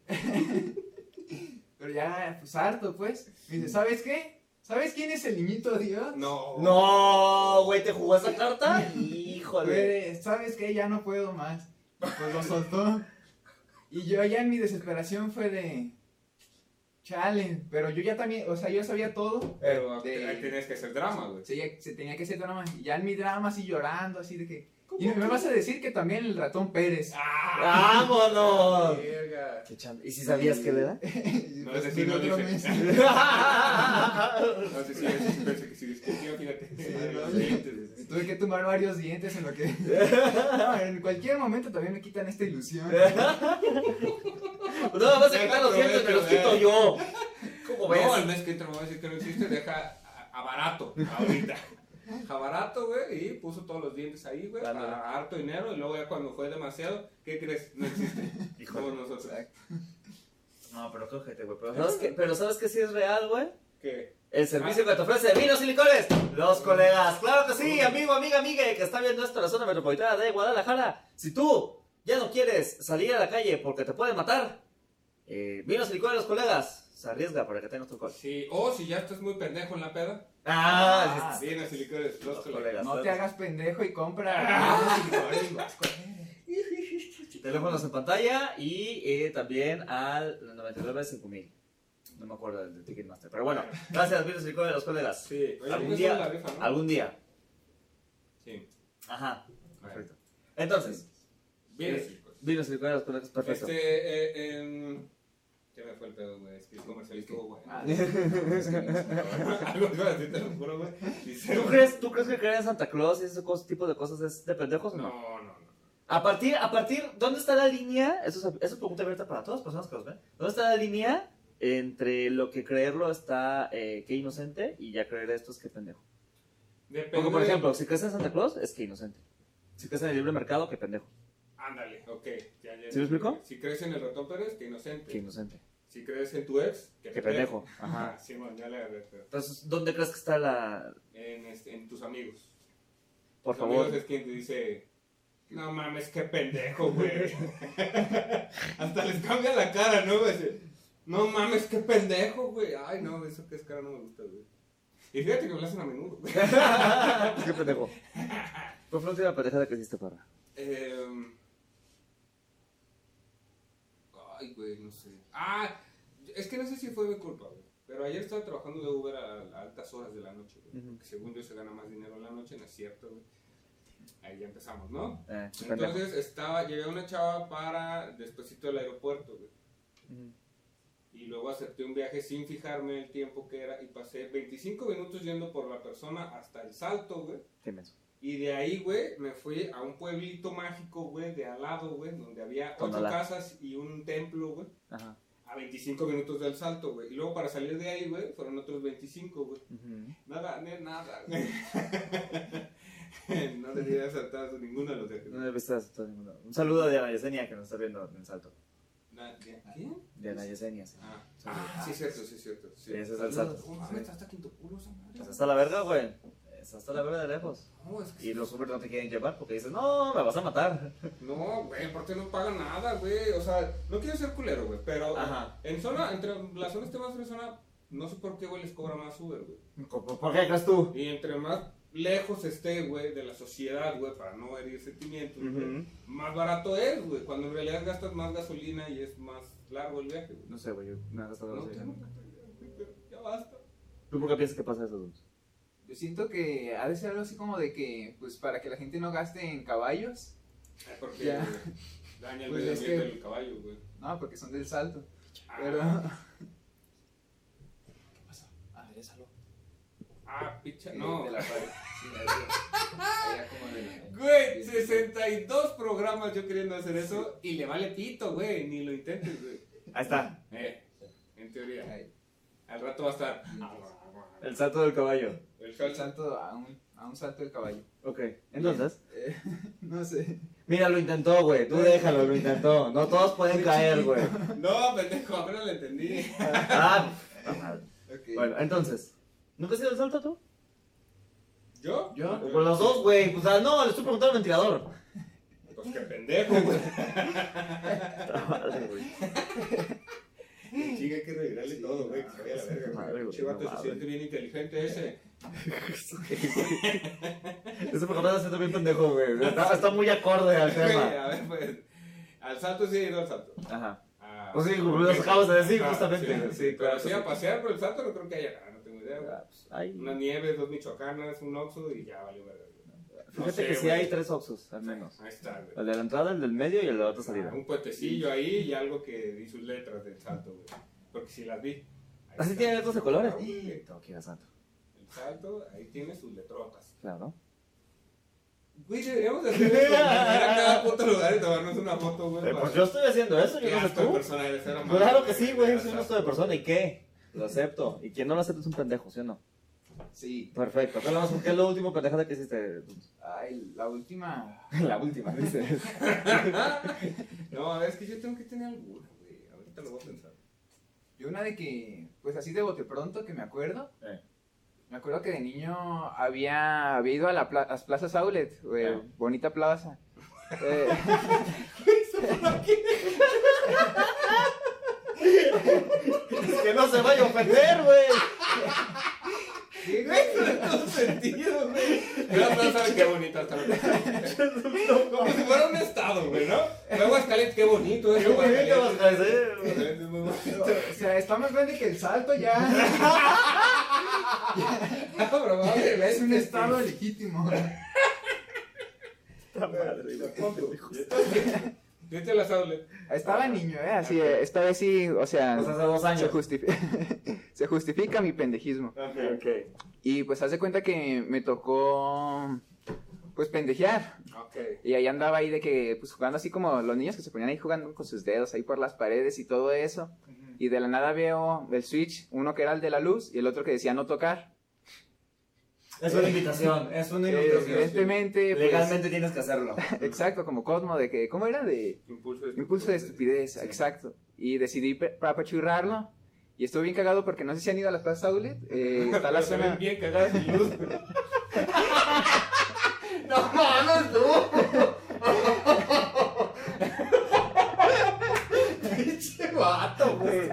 [SPEAKER 1] Pero ya, pues harto, pues. Me dice, ¿sabes qué? ¿Sabes quién es el niñito Dios?
[SPEAKER 3] No.
[SPEAKER 2] No, güey, ¿te jugó esa carta? Híjole.
[SPEAKER 1] Güey, eh, ¿sabes qué? Ya no puedo más. Pues lo soltó. Y yo ya en mi desesperación fue de... Chale, pero yo ya también, o sea, yo sabía todo.
[SPEAKER 3] Pero
[SPEAKER 1] De-
[SPEAKER 3] ahí tenías que hacer drama, güey.
[SPEAKER 1] Se, ya- se tenía que hacer drama. Y ya en mi drama así llorando, así de que... Y me vas a decir que también el ratón Pérez.
[SPEAKER 3] ¡Ah!
[SPEAKER 2] ¡Vámonos!
[SPEAKER 3] Verga.
[SPEAKER 2] Qué cham- ¿Y si sabías que le da?
[SPEAKER 1] No,
[SPEAKER 3] No, ese sí no dice. No sé si es pensé que si discutió, fíjate. Los dientes.
[SPEAKER 1] Tuve que tomar varios dientes en lo que... No, en cualquier momento también me quitan esta ilusión.
[SPEAKER 2] No, me vas a quitar los dientes, me los quito yo. ¿Cómo ves?
[SPEAKER 3] No, al mes que entra me voy a decir que no existe, deja a- a barato ahorita. A barato, güey, y puso todos los dientes ahí, güey,
[SPEAKER 2] Claro.
[SPEAKER 3] para harto dinero, y luego ya cuando fue demasiado, ¿qué crees? No existe. Como nosotros.
[SPEAKER 2] No, pero cógete, güey. Pero sabes que, pero sabes que sí es real, güey.
[SPEAKER 3] ¿Qué?
[SPEAKER 2] El servicio que te ofrece Vinos y Licores, los colegas. Claro que sí, amigo, amiga, amiga que está viendo esto en la zona metropolitana de Guadalajara. Si tú ya no quieres salir a la calle porque te pueden matar, eh, vinos y licores de los colegas, se arriesga para que tengas tu coche.
[SPEAKER 3] pues, Sí, o si ya estás muy pendejo en la peda,
[SPEAKER 2] Ah, es-
[SPEAKER 3] vienes y licores, los
[SPEAKER 2] los
[SPEAKER 3] colegas.
[SPEAKER 2] colegas.
[SPEAKER 1] No te hagas pendejo y compra.
[SPEAKER 2] Teléfonos en pantalla y eh, también al 99 5000. No me acuerdo del de Ticketmaster. Pero bueno, gracias, vinos y licores de los colegas.
[SPEAKER 3] Sí, oye,
[SPEAKER 2] algún
[SPEAKER 3] pues
[SPEAKER 2] día.
[SPEAKER 3] es la rifa, ¿no?
[SPEAKER 2] Algún día.
[SPEAKER 3] Sí,
[SPEAKER 2] Ajá.
[SPEAKER 3] perfecto.
[SPEAKER 2] Entonces,
[SPEAKER 3] Vienes y licores.
[SPEAKER 2] vinos y licores de los colegas, perfecto.
[SPEAKER 3] pues. Este, eh, em, ya me fue el pedo, güey. Es que el comercial estuvo güey.
[SPEAKER 2] Ah,
[SPEAKER 3] Algo iba a decir, te lo juro, güey. Dice,
[SPEAKER 2] ¿Tú crees, ¿Tú crees que creer en Santa Claus y ese cos- tipo de cosas es de pendejos o no?
[SPEAKER 3] No, no, no.
[SPEAKER 2] A partir, a partir, ¿dónde está la línea? Eso es, eso es pregunta abierta para todas las personas que nos ven. ¿Dónde está la línea entre lo que creerlo está eh, que inocente y ya creer esto es que pendejo?
[SPEAKER 3] Depende.
[SPEAKER 2] Porque, por ejemplo, si crees en Santa Claus, es que inocente. Si crees en el libre mercado, que pendejo.
[SPEAKER 3] Ándale, ok. Ya, ya,
[SPEAKER 2] ¿Sí me explico?
[SPEAKER 3] Si crees en el ratón Pérez, que inocente.
[SPEAKER 2] Que inocente.
[SPEAKER 3] Si crees en tu ex, que,
[SPEAKER 2] Que pendejo.
[SPEAKER 3] Ajá,
[SPEAKER 2] Ajá.
[SPEAKER 3] sí, bueno, ya le agarré, pero-
[SPEAKER 2] Entonces, ¿dónde crees que está la...?
[SPEAKER 3] En, este, en tus amigos.
[SPEAKER 2] Por
[SPEAKER 3] tus
[SPEAKER 2] favor.
[SPEAKER 3] amigos es quien te dice, no mames, qué pendejo, güey. Hasta les cambia la cara, ¿no? Dice, no mames, qué pendejo, güey. Ay, no, eso que es cara no me gusta, güey. Y fíjate que me lo hacen a menudo, güey.
[SPEAKER 2] ¿Qué pendejo? ¿Cuál fue la última pendejada que hiciste, para?
[SPEAKER 3] Em, Ay, güey, no sé. Ah, es que no sé si fue mi culpa, güey. Pero ayer estaba trabajando de Uber a, a altas horas de la noche, güey. Que según yo se gana más dinero en la noche, no es cierto, güey. Ahí ya empezamos, ¿no?
[SPEAKER 2] Eh, qué pendejo.
[SPEAKER 3] Entonces estaba, llevé a una chava para despuesito del aeropuerto, güey. Y luego acepté un viaje sin fijarme el tiempo que era y pasé 25 minutos yendo por la persona hasta el salto, güey.
[SPEAKER 2] Qué menso.
[SPEAKER 3] Y de ahí, güey, me fui a un pueblito mágico, güey, de al lado, güey, donde había ocho
[SPEAKER 2] Tonalá.
[SPEAKER 3] casas y un templo, güey,
[SPEAKER 2] Ajá.
[SPEAKER 3] a 25 minutos del salto, güey. Y luego para salir de ahí, güey, fueron otros 25, güey.
[SPEAKER 2] Ujú.
[SPEAKER 3] Nada, ne- nada, güey. no debía saltar ninguno de los viajes.
[SPEAKER 2] No debiste aceptar ninguno. Un saludo a Diana Yesenia, que nos está viendo en el salto.
[SPEAKER 3] Na- ¿de- ¿Quién?
[SPEAKER 2] Diana Yesenia, sí.
[SPEAKER 3] Ah, ah, sí, es cierto, sí, es cierto. Sí.
[SPEAKER 2] Ese es el salto.
[SPEAKER 3] ¿Cómo se está hasta quinto culo esa madre?
[SPEAKER 2] Pues hasta la verga, güey. Es hasta la verga de lejos.
[SPEAKER 3] No, es que
[SPEAKER 2] Y los Uber no te quieren llevar porque dicen, no, me vas a matar.
[SPEAKER 3] No, güey, aparte no pagan nada, güey. O sea, no quiero ser culero, güey, pero
[SPEAKER 2] Ajá.
[SPEAKER 3] en zona, entre las zonas temas de zona, no sé por qué, güey, les cobra más Uber, güey.
[SPEAKER 8] ¿Por qué crees tú?
[SPEAKER 3] Y entre más lejos esté, güey, de la sociedad, güey, para no herir sentimientos, güey, más barato es, güey, cuando en realidad gastas más gasolina y es más largo el viaje, güey.
[SPEAKER 2] No sé, güey, yo me han gastado
[SPEAKER 3] No
[SPEAKER 2] los
[SPEAKER 3] tengo gasolina, güey, pero ya basta.
[SPEAKER 2] ¿Tú por qué piensas que pasa eso, Dulce?
[SPEAKER 1] Yo siento que ha de ser algo así como de que, pues para que la gente no gaste en caballos.
[SPEAKER 3] Ay, Porque
[SPEAKER 1] Ya.
[SPEAKER 3] güey, daña el
[SPEAKER 1] Pues
[SPEAKER 3] medio
[SPEAKER 1] es
[SPEAKER 3] ambiente
[SPEAKER 1] que-
[SPEAKER 3] del caballo, güey.
[SPEAKER 1] No, porque son del salto. Pero...
[SPEAKER 3] Ah,
[SPEAKER 1] ¿Qué pasó? Aderezalo.
[SPEAKER 3] ah, picha, no.
[SPEAKER 1] De la pared. Sí, ahí. Allá como de la-
[SPEAKER 3] Güey, 62 programas yo queriendo hacer eso y le vale pito, güey, ni lo intentes, güey.
[SPEAKER 2] Ahí está,
[SPEAKER 3] Eh, en teoría.
[SPEAKER 1] Ahí.
[SPEAKER 3] Al rato Ah, va a estar.
[SPEAKER 2] el salto del caballo.
[SPEAKER 3] El
[SPEAKER 1] El
[SPEAKER 3] salsa.
[SPEAKER 1] salto a un, a un salto del caballo.
[SPEAKER 2] Ok, entonces.
[SPEAKER 1] Eh, no sé.
[SPEAKER 2] Mira, lo intentó, güey. Tú déjalo, lo intentó. No todos pueden caer, güey.
[SPEAKER 3] No, pendejo, apenas lo entendí.
[SPEAKER 2] Ah, está mal.
[SPEAKER 1] Okay.
[SPEAKER 2] Bueno, entonces. ¿Nunca has ido al salto tú?
[SPEAKER 3] ¿Yo?
[SPEAKER 1] Yo,
[SPEAKER 2] Con los dos, güey. O sea, no, le estoy preguntando al ventilador.
[SPEAKER 3] Pues qué pendejo, güey.
[SPEAKER 2] Está mal, güey.
[SPEAKER 3] Chica, hay que revirarle todo, güey. Que se vaya a la verga.
[SPEAKER 2] Madre, güey,
[SPEAKER 3] güey. Chivato
[SPEAKER 2] no
[SPEAKER 3] se
[SPEAKER 2] mames.
[SPEAKER 3] siente bien inteligente ese.
[SPEAKER 2] Ese programa se siente bien pendejo, güey. Está, está muy acorde al
[SPEAKER 3] Güey,
[SPEAKER 2] tema.
[SPEAKER 3] a ver, pues. Al salto sí he ido al salto.
[SPEAKER 2] Ajá.
[SPEAKER 3] Ah,
[SPEAKER 2] Pues sí, como los acabas de decir,
[SPEAKER 3] ah,
[SPEAKER 2] justamente. Sí, claro.
[SPEAKER 3] Pero sí, a pasear por el salto no creo que haya nada, no tengo idea, güey.
[SPEAKER 2] Ah, pues, ay.
[SPEAKER 3] Unas nieves, dos michoacanas, un oxo y ya valió verga. güey. No
[SPEAKER 2] Fíjate
[SPEAKER 3] sé,
[SPEAKER 2] que sí
[SPEAKER 3] güey.
[SPEAKER 2] hay tres Oxxos, al menos.
[SPEAKER 3] Ahí está, güey.
[SPEAKER 2] El de la entrada, el del medio y el de la otra
[SPEAKER 3] Ah,
[SPEAKER 2] salida.
[SPEAKER 3] Un puentecillo ahí y algo que di sus letras del salto, güey. Porque si las vi. Ahí
[SPEAKER 2] Así
[SPEAKER 3] está.
[SPEAKER 2] tiene letras de colores.
[SPEAKER 3] Ah, güey,
[SPEAKER 2] Tengo que ir a Santo.
[SPEAKER 3] El salto, ahí tiene sus letrotas.
[SPEAKER 2] Claro.
[SPEAKER 3] Güey, deberíamos de hacer eso, güey, ir a cada puto lugar y tomarnos una foto, güey.
[SPEAKER 2] Eh,
[SPEAKER 3] para-
[SPEAKER 2] pues yo estoy haciendo eso,
[SPEAKER 3] Qué
[SPEAKER 2] yo no sé
[SPEAKER 3] asco de
[SPEAKER 2] tú.
[SPEAKER 3] persona eres, era
[SPEAKER 2] Claro
[SPEAKER 3] malo,
[SPEAKER 2] que sí, güey.
[SPEAKER 3] Era
[SPEAKER 2] Soy un
[SPEAKER 3] salto.
[SPEAKER 2] gusto de persona. ¿Y qué? Lo acepto. Y quien no lo acepta es un pendejo, ¿sí o no?
[SPEAKER 1] Sí.
[SPEAKER 2] Perfecto. ¿Qué hablamos? ¿Qué es lo último pendejada que hiciste?
[SPEAKER 1] Ay, la última.
[SPEAKER 2] La última, dices.
[SPEAKER 3] No, a ver, es que yo tengo que tener alguna, güey. Ahorita lo voy a pensar.
[SPEAKER 1] Yo una de que, pues así de bote pronto, que me acuerdo.
[SPEAKER 2] Eh.
[SPEAKER 1] Me acuerdo que de niño había, había ido a la pla- a las plazas outlet, güey,
[SPEAKER 2] Ah.
[SPEAKER 1] bonita plaza. Eh,
[SPEAKER 9] Que no se vaya a ofender, güey.
[SPEAKER 1] Sí, güey.
[SPEAKER 3] sentido, güey. No, no saben qué bonito está. Como si fuera un estado, güey, ¿no? Luego Aguascalientes, qué bonito es. Aguascalientes.
[SPEAKER 2] ¿eh?
[SPEAKER 3] Aguascalientes es muy bonito.
[SPEAKER 1] O sea, está más grande que el salto ya.
[SPEAKER 3] Ah, probablemente.
[SPEAKER 1] Es un estado legítimo.
[SPEAKER 3] Vete a la sable.
[SPEAKER 1] Estaba niño, ¿eh? Así, eh, esta vez sí, o sea,
[SPEAKER 9] Ah. O sea, hace dos
[SPEAKER 1] se,
[SPEAKER 9] años.
[SPEAKER 1] justifi- se justifica mi pendejismo. Y pues hace cuenta que me tocó, pues, pendejear.
[SPEAKER 3] Ok.
[SPEAKER 1] Y ahí andaba ahí de que, pues, jugando así como los niños que se ponían ahí jugando con sus dedos ahí por las paredes y todo eso. Y de la nada veo el switch, uno que era el de la luz y el otro que decía no tocar.
[SPEAKER 9] Es una invitación, es una invitación.
[SPEAKER 1] Evidentemente, pues,
[SPEAKER 9] Legalmente tienes que hacerlo.
[SPEAKER 1] exacto, como Cosmo, de que, ¿cómo era? De...
[SPEAKER 3] Impulso de
[SPEAKER 1] Impulso de estupidez, exacto. Y decidí pe- pa- apachurrarlo. Y estuve bien cagado porque no sé si han ido a las plazas outlet. eh, está la
[SPEAKER 3] Pero se ven
[SPEAKER 1] zona.
[SPEAKER 3] bien cagadas sin luz.
[SPEAKER 9] No mames, tú. Pinche vato, güey.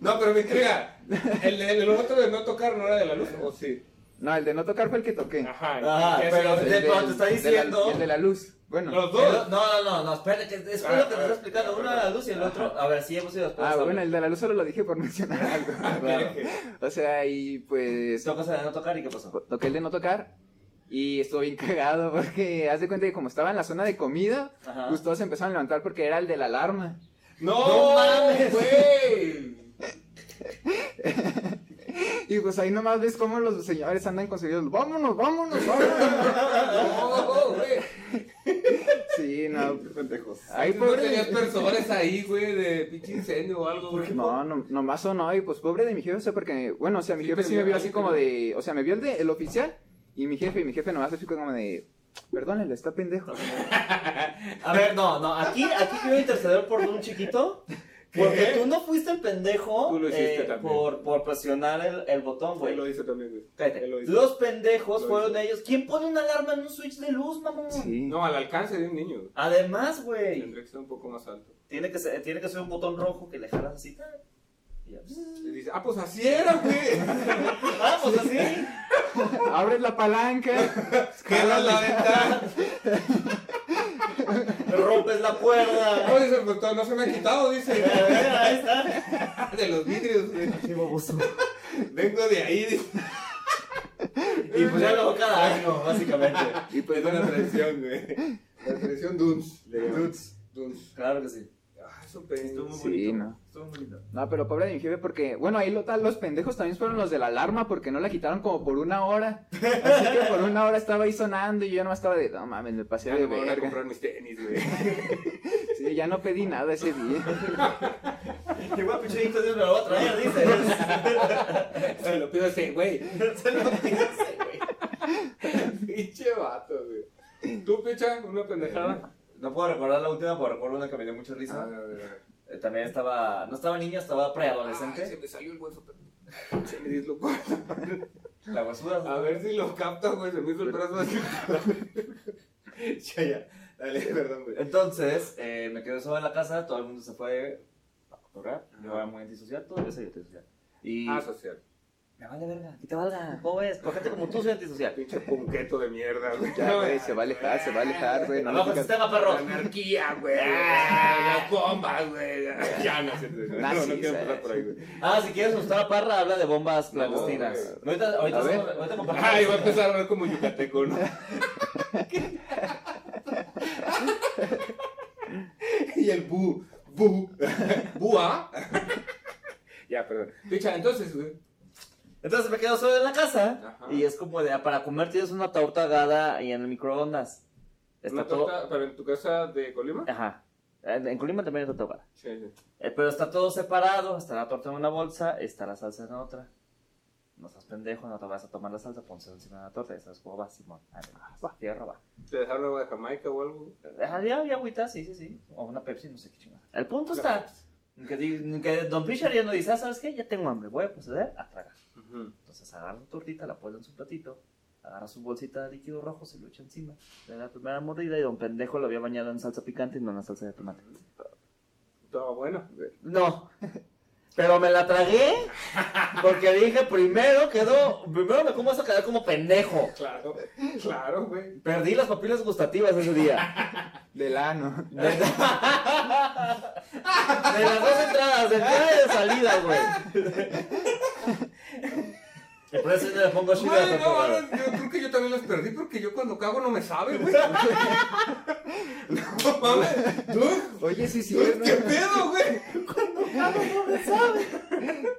[SPEAKER 3] No, pero me intriga. ¿El, el, el otro de no tocar no era de la luz? ¿O Oh, sí? Ah,
[SPEAKER 1] No, el de no tocar fue el que toqué.
[SPEAKER 3] Ajá.
[SPEAKER 9] Ajá,
[SPEAKER 3] ¿qué es
[SPEAKER 9] pero-
[SPEAKER 3] el otro?
[SPEAKER 9] de cuando te está
[SPEAKER 1] de la-
[SPEAKER 9] diciendo-
[SPEAKER 1] el de la luz. Bueno.
[SPEAKER 3] Los
[SPEAKER 9] No,
[SPEAKER 3] dos.
[SPEAKER 9] no, no, no, espérate, que es
[SPEAKER 3] Ah,
[SPEAKER 9] lo que
[SPEAKER 3] ah,
[SPEAKER 9] te estoy explicando.
[SPEAKER 3] ah,
[SPEAKER 9] Uno era la luz y el otro. A ver, sí hemos ido después.
[SPEAKER 1] Ah, bueno, el de la luz solo lo dije por mencionar algo.
[SPEAKER 3] Claro.
[SPEAKER 1] O sea, y pues.
[SPEAKER 9] Esta cosa de no tocar y qué pasó.
[SPEAKER 1] Toqué el de no tocar. Y estuve bien cagado porque haz de cuenta que como estaba en la zona de comida,
[SPEAKER 9] Ajá.
[SPEAKER 1] pues todos se empezaron a levantar porque era el de la alarma.
[SPEAKER 9] No
[SPEAKER 3] No,
[SPEAKER 9] mames.
[SPEAKER 3] güey.
[SPEAKER 1] Y pues ahí nomás ves cómo los señores andan con sus Vámonos, vámonos, vámonos.
[SPEAKER 3] No, güey.
[SPEAKER 1] Sí, no.
[SPEAKER 8] Pendejos.
[SPEAKER 1] Ahí
[SPEAKER 3] No tenías
[SPEAKER 1] pobre.
[SPEAKER 3] personas ahí, güey, de pinche incendio o algo, güey.
[SPEAKER 1] No, no, nomás sonó y pues pobre de mi jefe, o sea, porque, bueno, o sea, mi
[SPEAKER 3] Sí,
[SPEAKER 1] jefe
[SPEAKER 3] te
[SPEAKER 1] sí me
[SPEAKER 3] vio,
[SPEAKER 1] vio
[SPEAKER 3] ahí
[SPEAKER 1] así
[SPEAKER 3] te
[SPEAKER 1] como
[SPEAKER 3] vio.
[SPEAKER 1] de, o sea, me vio el, de, el oficial y mi jefe, y mi jefe nomás le dijo como de, perdónenlo, está pendejo.
[SPEAKER 2] A ver, no, no, aquí, aquí quiero interceder por un chiquito. Porque tú no fuiste el pendejo eh,
[SPEAKER 3] Tú lo hiciste también.
[SPEAKER 2] por, por presionar el, el botón,
[SPEAKER 3] Él
[SPEAKER 2] güey.
[SPEAKER 3] lo hizo también, güey.
[SPEAKER 2] Cállate.
[SPEAKER 3] Él lo hizo.
[SPEAKER 2] Los pendejos
[SPEAKER 3] Lo
[SPEAKER 2] fueron
[SPEAKER 3] hizo.
[SPEAKER 2] ellos. ¿Quién pone una alarma en un switch de luz, mamón?
[SPEAKER 1] Sí.
[SPEAKER 3] No, al alcance de un niño. güey.
[SPEAKER 2] Además, güey,
[SPEAKER 3] Tendría que ser un poco más alto.
[SPEAKER 2] tiene que, ser, tiene que ser un botón rojo que le jalas así. ta, y ya.
[SPEAKER 3] Y dice, ah, pues así era, güey.
[SPEAKER 2] Vamos, así.
[SPEAKER 1] Abres la palanca,
[SPEAKER 3] Queda la ventana.
[SPEAKER 2] Rompes la cuerda.
[SPEAKER 3] No, dice el doctor, no se me ha quitado, dice.
[SPEAKER 2] A ver, ahí está.
[SPEAKER 3] De los vidrios, güey.
[SPEAKER 2] Qué baboso.
[SPEAKER 3] Vengo de ahí, dice.
[SPEAKER 2] Y pues ya lo hago cada año, básicamente.
[SPEAKER 1] y pues
[SPEAKER 3] Es una
[SPEAKER 1] bueno,
[SPEAKER 3] tradición, güey. La tradición Duns. Duns. Duns.
[SPEAKER 2] Claro que sí.
[SPEAKER 3] Ah, es un pedo.
[SPEAKER 2] muy
[SPEAKER 1] sí, no.
[SPEAKER 2] Estuvo muy lindo.
[SPEAKER 1] No, pero pobre de mi jefe, porque, bueno, ahí lo tal, los pendejos también fueron los de la alarma, porque no la quitaron como por una hora. Así que por una hora estaba ahí sonando y yo nomás estaba de, no mames, me pasé
[SPEAKER 3] Ya
[SPEAKER 1] de
[SPEAKER 3] me van a
[SPEAKER 1] verga.
[SPEAKER 3] comprar mis tenis, güey.
[SPEAKER 1] Sí, ya no pedí nada ese día.
[SPEAKER 2] Llegó a pinche Dios me lo va a traer, dice.
[SPEAKER 3] Se lo pido a ese, güey.
[SPEAKER 2] Se lo dice, güey.
[SPEAKER 3] Pinche vato, güey. ¿Tú, picha? ¿Una pendejada?
[SPEAKER 9] No puedo recordar la última, pero recuerdo una que me dio mucha
[SPEAKER 3] A ver,
[SPEAKER 9] risa.
[SPEAKER 3] a ver, a ver.
[SPEAKER 9] Eh, También estaba. No estaba niña, estaba
[SPEAKER 3] Ay, se
[SPEAKER 9] preadolescente.
[SPEAKER 3] me salió el hueso, pero se me dislocó.
[SPEAKER 9] La basura.
[SPEAKER 3] A ver si lo capta, güey. Se me hizo el brazo así. ya, ya. Dale, perdón, güey.
[SPEAKER 9] Entonces, eh, me quedé solo en la casa, todo el mundo se fue a cotorrear. Yo era muy antisocial, todavía soy antisocial. Y.
[SPEAKER 3] Ah, social.
[SPEAKER 9] Me vale verga, que te valga.
[SPEAKER 2] ¿Cómo ves? Por gente como tú soy antisocial.
[SPEAKER 3] Pinche punqueto de mierda, güey. ah,
[SPEAKER 1] Ya, güey, se va a alejar, se va a alejar, güey. No, lo
[SPEAKER 9] Abajo el
[SPEAKER 1] digas.
[SPEAKER 9] sistema,
[SPEAKER 3] La
[SPEAKER 9] perro.
[SPEAKER 3] anarquía, güey. Las bombas, güey. Ya, no sé. No, no
[SPEAKER 1] Nazis,
[SPEAKER 3] quiero
[SPEAKER 1] eh.
[SPEAKER 3] empezar por ahí, güey.
[SPEAKER 9] Ah, si quieres asustar a Parra, habla de bombas
[SPEAKER 3] clandestinas.
[SPEAKER 9] clandestinas. ahorita, ahorita,
[SPEAKER 1] A ver.
[SPEAKER 9] ahorita, compartimos.
[SPEAKER 3] Ay, va Ah, a empezar a hablar como yucateco, ¿no? y el bu, bu, bua. ya, perdón. Picha, entonces, güey.
[SPEAKER 2] Entonces me quedo solo en la casa.
[SPEAKER 3] Ajá.
[SPEAKER 2] Y es como de, ah, para comer tienes una torta ahogada y en el microondas. Está
[SPEAKER 3] ¿Una
[SPEAKER 2] todo.
[SPEAKER 3] torta, pero en tu casa de Colima?
[SPEAKER 2] Ajá. Eh, En en Colima también hay torta ahogada.
[SPEAKER 3] Sí, sí.
[SPEAKER 2] Eh, pero está todo separado. Está la torta en una bolsa, está la salsa en otra. No seas pendejo, no te vas a tomar la salsa, ponse encima de la torta. Y sabes cómo va, Simón. Ah, A ver, va, tierra va.
[SPEAKER 3] ¿Te dejaron agua de Jamaica o algo?
[SPEAKER 2] Había, había agüita, sí, sí, sí. O una Pepsi, no sé qué chingada. El punto está que, di- que Don Fisher ya no dice, "Ah, ¿sabes qué? Ya tengo hambre, voy a proceder a tragar.
[SPEAKER 3] Ujú.
[SPEAKER 2] Entonces agarra tu tortita, la pones en su platito, agarra su bolsita de líquido rojo, se lo echa encima. Le da la primera mordida y don pendejo lo había bañado en salsa picante y no en la salsa de tomate.
[SPEAKER 3] Todo bueno.
[SPEAKER 2] No. Pero me la tragué porque dije primero quedó, primero me como a quedar como pendejo.
[SPEAKER 3] Claro, claro, güey.
[SPEAKER 2] Perdí las papilas gustativas ese día.
[SPEAKER 1] Del ano.
[SPEAKER 2] De, de las dos entradas, de entrada y de salida, güey. Y por eso yo le pongo chida
[SPEAKER 3] Güey,
[SPEAKER 2] Pepo,
[SPEAKER 3] no,
[SPEAKER 2] güey.
[SPEAKER 3] no, yo creo que yo también las perdí porque yo cuando cago no me sabe, güey. No mames. Tú,
[SPEAKER 1] Oye, sí, sí.
[SPEAKER 3] tú, ¿Qué pedo, güey?